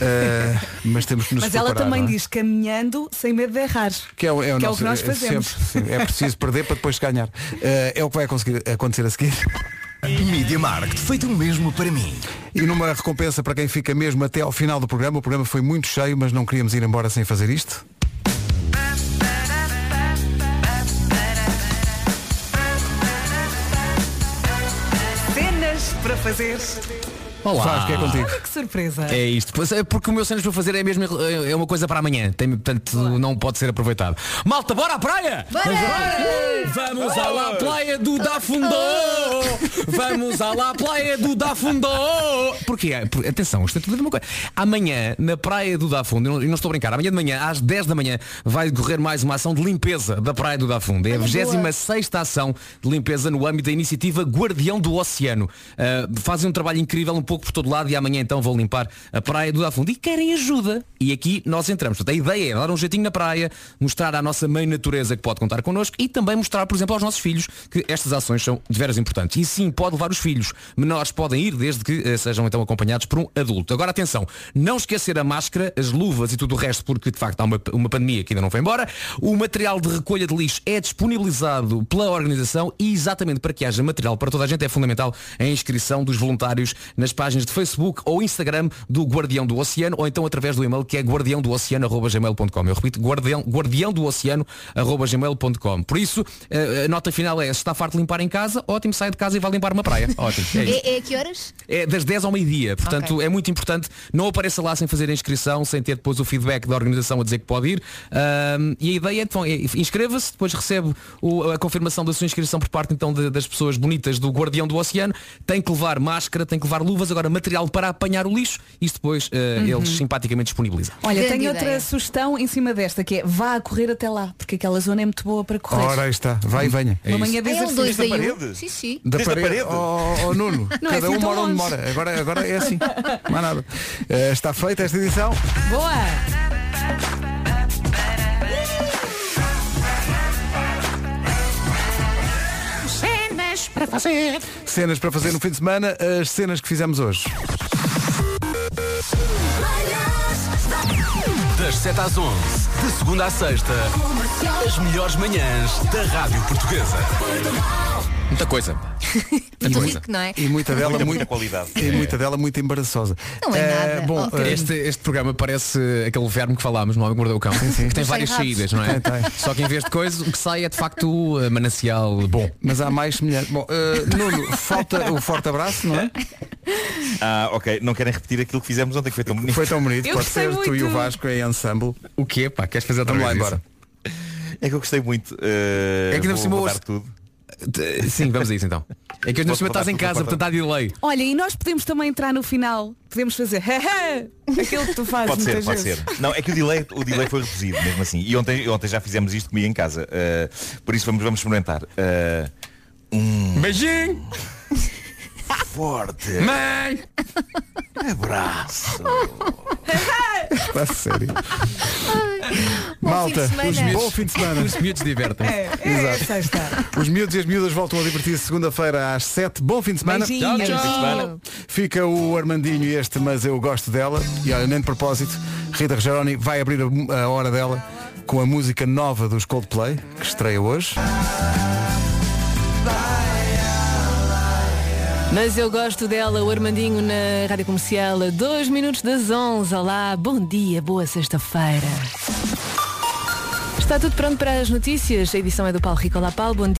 Ah, mas temos que nos
Mas ela
preparar,
também
não é?
diz caminhando sem medo de errar.
Que é, o- é o
Que é o
nosso-
que nós
é-
fazemos.
sempre, sim, é preciso perder para depois ganhar. Eh, é o que vai conseguir acontecer a seguir.
Media Market, feito o mesmo para mim.
E numa recompensa para quem fica mesmo até ao final do programa, o programa foi muito cheio, mas não queríamos ir embora sem fazer isto.
Cenas para fazer.
Olá.
Sabes que é contigo.
Olha que surpresa.
É isto, Pois é, porque o meu cenas para fazer é mesmo é é uma coisa para amanhã, Tem, portanto não pode ser aproveitado. Malta, bora à praia!
Bora!
Vamos à la praia do Dafundó! Vamos à la praia do Dafundó! Porque, é, por- atenção, isto é tudo a mesma coisa. Amanhã, na praia do Dafundo, eu não, eu não estou a brincar, amanhã de manhã, às 10 da manhã, vai decorrer mais uma ação de limpeza da praia do Dafundo. É a
boa.
26 ação de limpeza no âmbito da iniciativa Guardião do Oceano. Ah, fazem um trabalho incrível, um pouco pouco por todo lado e amanhã então vou limpar a praia do Dafundo. E querem ajuda. E aqui nós entramos. Portanto, a ideia é dar um jeitinho na praia, mostrar à nossa mãe natureza que pode contar connosco e também mostrar, por exemplo, aos nossos filhos que estas ações são de veras importantes. E sim, pode levar os filhos. Menores podem ir desde que eh, sejam então acompanhados por um adulto. Agora atenção, não esquecer a máscara, as luvas e tudo o resto, porque de facto há uma, uma pandemia que ainda não foi embora. O material de recolha de lixo é disponibilizado pela organização e exatamente para que haja material para toda a gente é fundamental a inscrição dos voluntários nas páginas de Facebook ou Instagram do Guardião do Oceano ou então através do e-mail que é guardião do oceano.gmail.com. Eu repito, guardião, guardião do oceano.gmail.com. Por isso, eh, a nota final é se está farto de limpar em casa, ótimo, sai de casa e vai limpar uma praia. Ótimo. É isso.
É, é a que horas?
É das 10 ao meio-dia, portanto
Ok.
é muito importante. Não apareça lá sem fazer a inscrição, sem ter depois o feedback da organização a dizer que pode ir. Ahm, e a ideia então, é inscreva-se, depois recebe o- a confirmação da sua inscrição por parte então de- das pessoas bonitas do Guardião do Oceano. Tem que levar máscara, tem que levar luvas, agora material para apanhar o lixo. Isso depois eh,
Uhum.
eles simpaticamente disponibilizam.
Olha,
Grande
tenho outra
ideia.
sugestão em cima desta, que é vá a correr até lá, porque aquela zona é muito boa para correr.
Ora, aí está. Vai e venha.
Uma manhã
É um
assim,
dois
da
daí um.
parede?
Sim, sim.
Da parede, Ó, ó, Nuno,
Não é
cada
assim
um
tão
mora onde
longe.
mora. Agora, agora é assim. Não há nada. Eh, está feita esta edição.
Boa!
é-
Cenas para fazer.
Cenas para fazer no fim de semana, as cenas que fizemos hoje.
Das 7 às 11, de segunda à sexta, as melhores manhãs da Rádio Portuguesa.
Muita coisa.
Muito rico, não é?
E muita dela
Muita,
muito,
muita qualidade.
E muita dela muito embaraçosa.
Não é
Eh,
nada.
Bom,
Oh, querido.
é Este, este programa parece aquele verme que falámos, não é? Mordeu o cão. Que tem
Mas
várias
sem rabos.
saídas, não é?
Tem, tem.
Só que em vez de coisa, o que sai é de facto eh, manancial bom.
Mas há mais semelhante. Bom, eh, Nuno, falta o forte abraço, não é?
Ah, ok. Não querem repetir aquilo que fizemos ontem, que foi tão bonito.
Foi tão bonito,
Eu
pode
gostei
ser tu
muito.
e o Vasco em ensemble.
O quê, pá? Queres fazer outra
Vamos lá
vez
embora.
É que eu gostei muito.
É
é
que ainda
que
por cima
vou
hoje-
dar tudo.
T- Sim, vamos a isso então. É que hoje na
Posso
cima estás
botar
em
tudo na
casa,
porta?
portanto há delay.
Olha, e nós podemos também entrar no final. Podemos fazer aquilo que tu fazes
Pode ser,
muitas
pode
vezes.
ser. Não, é que o delay, o delay foi reduzido mesmo assim. E ontem, ontem já fizemos isto comigo em casa. Uh, por isso vamos, vamos experimentar. Uh, um
beijinho
forte
Mãe!
É
abraço.
A sério.
bom
Malta,
fim de semana.
bom fim de semana.
Os miúdos divertem.
É, é,
Exato.
essa está.
Os miúdos e as miúdas voltam a divertir-se segunda-feira às 7. Bom fim de semana.
Beijinhos. Tchau, tchau.
Bom fim de semana. Fica o Armandinho e este, mas eu gosto dela. E olha, nem de propósito, Rita Rogeroni vai abrir a, a hora dela com a música nova dos Coldplay, que estreia hoje.
Mas eu gosto dela, o Armandinho na Rádio Comercial, a 2 minutos das 11. Olá, bom dia, boa sexta-feira. Está tudo pronto para as notícias. A edição é do Paulo Rico. Olá, Paulo, bom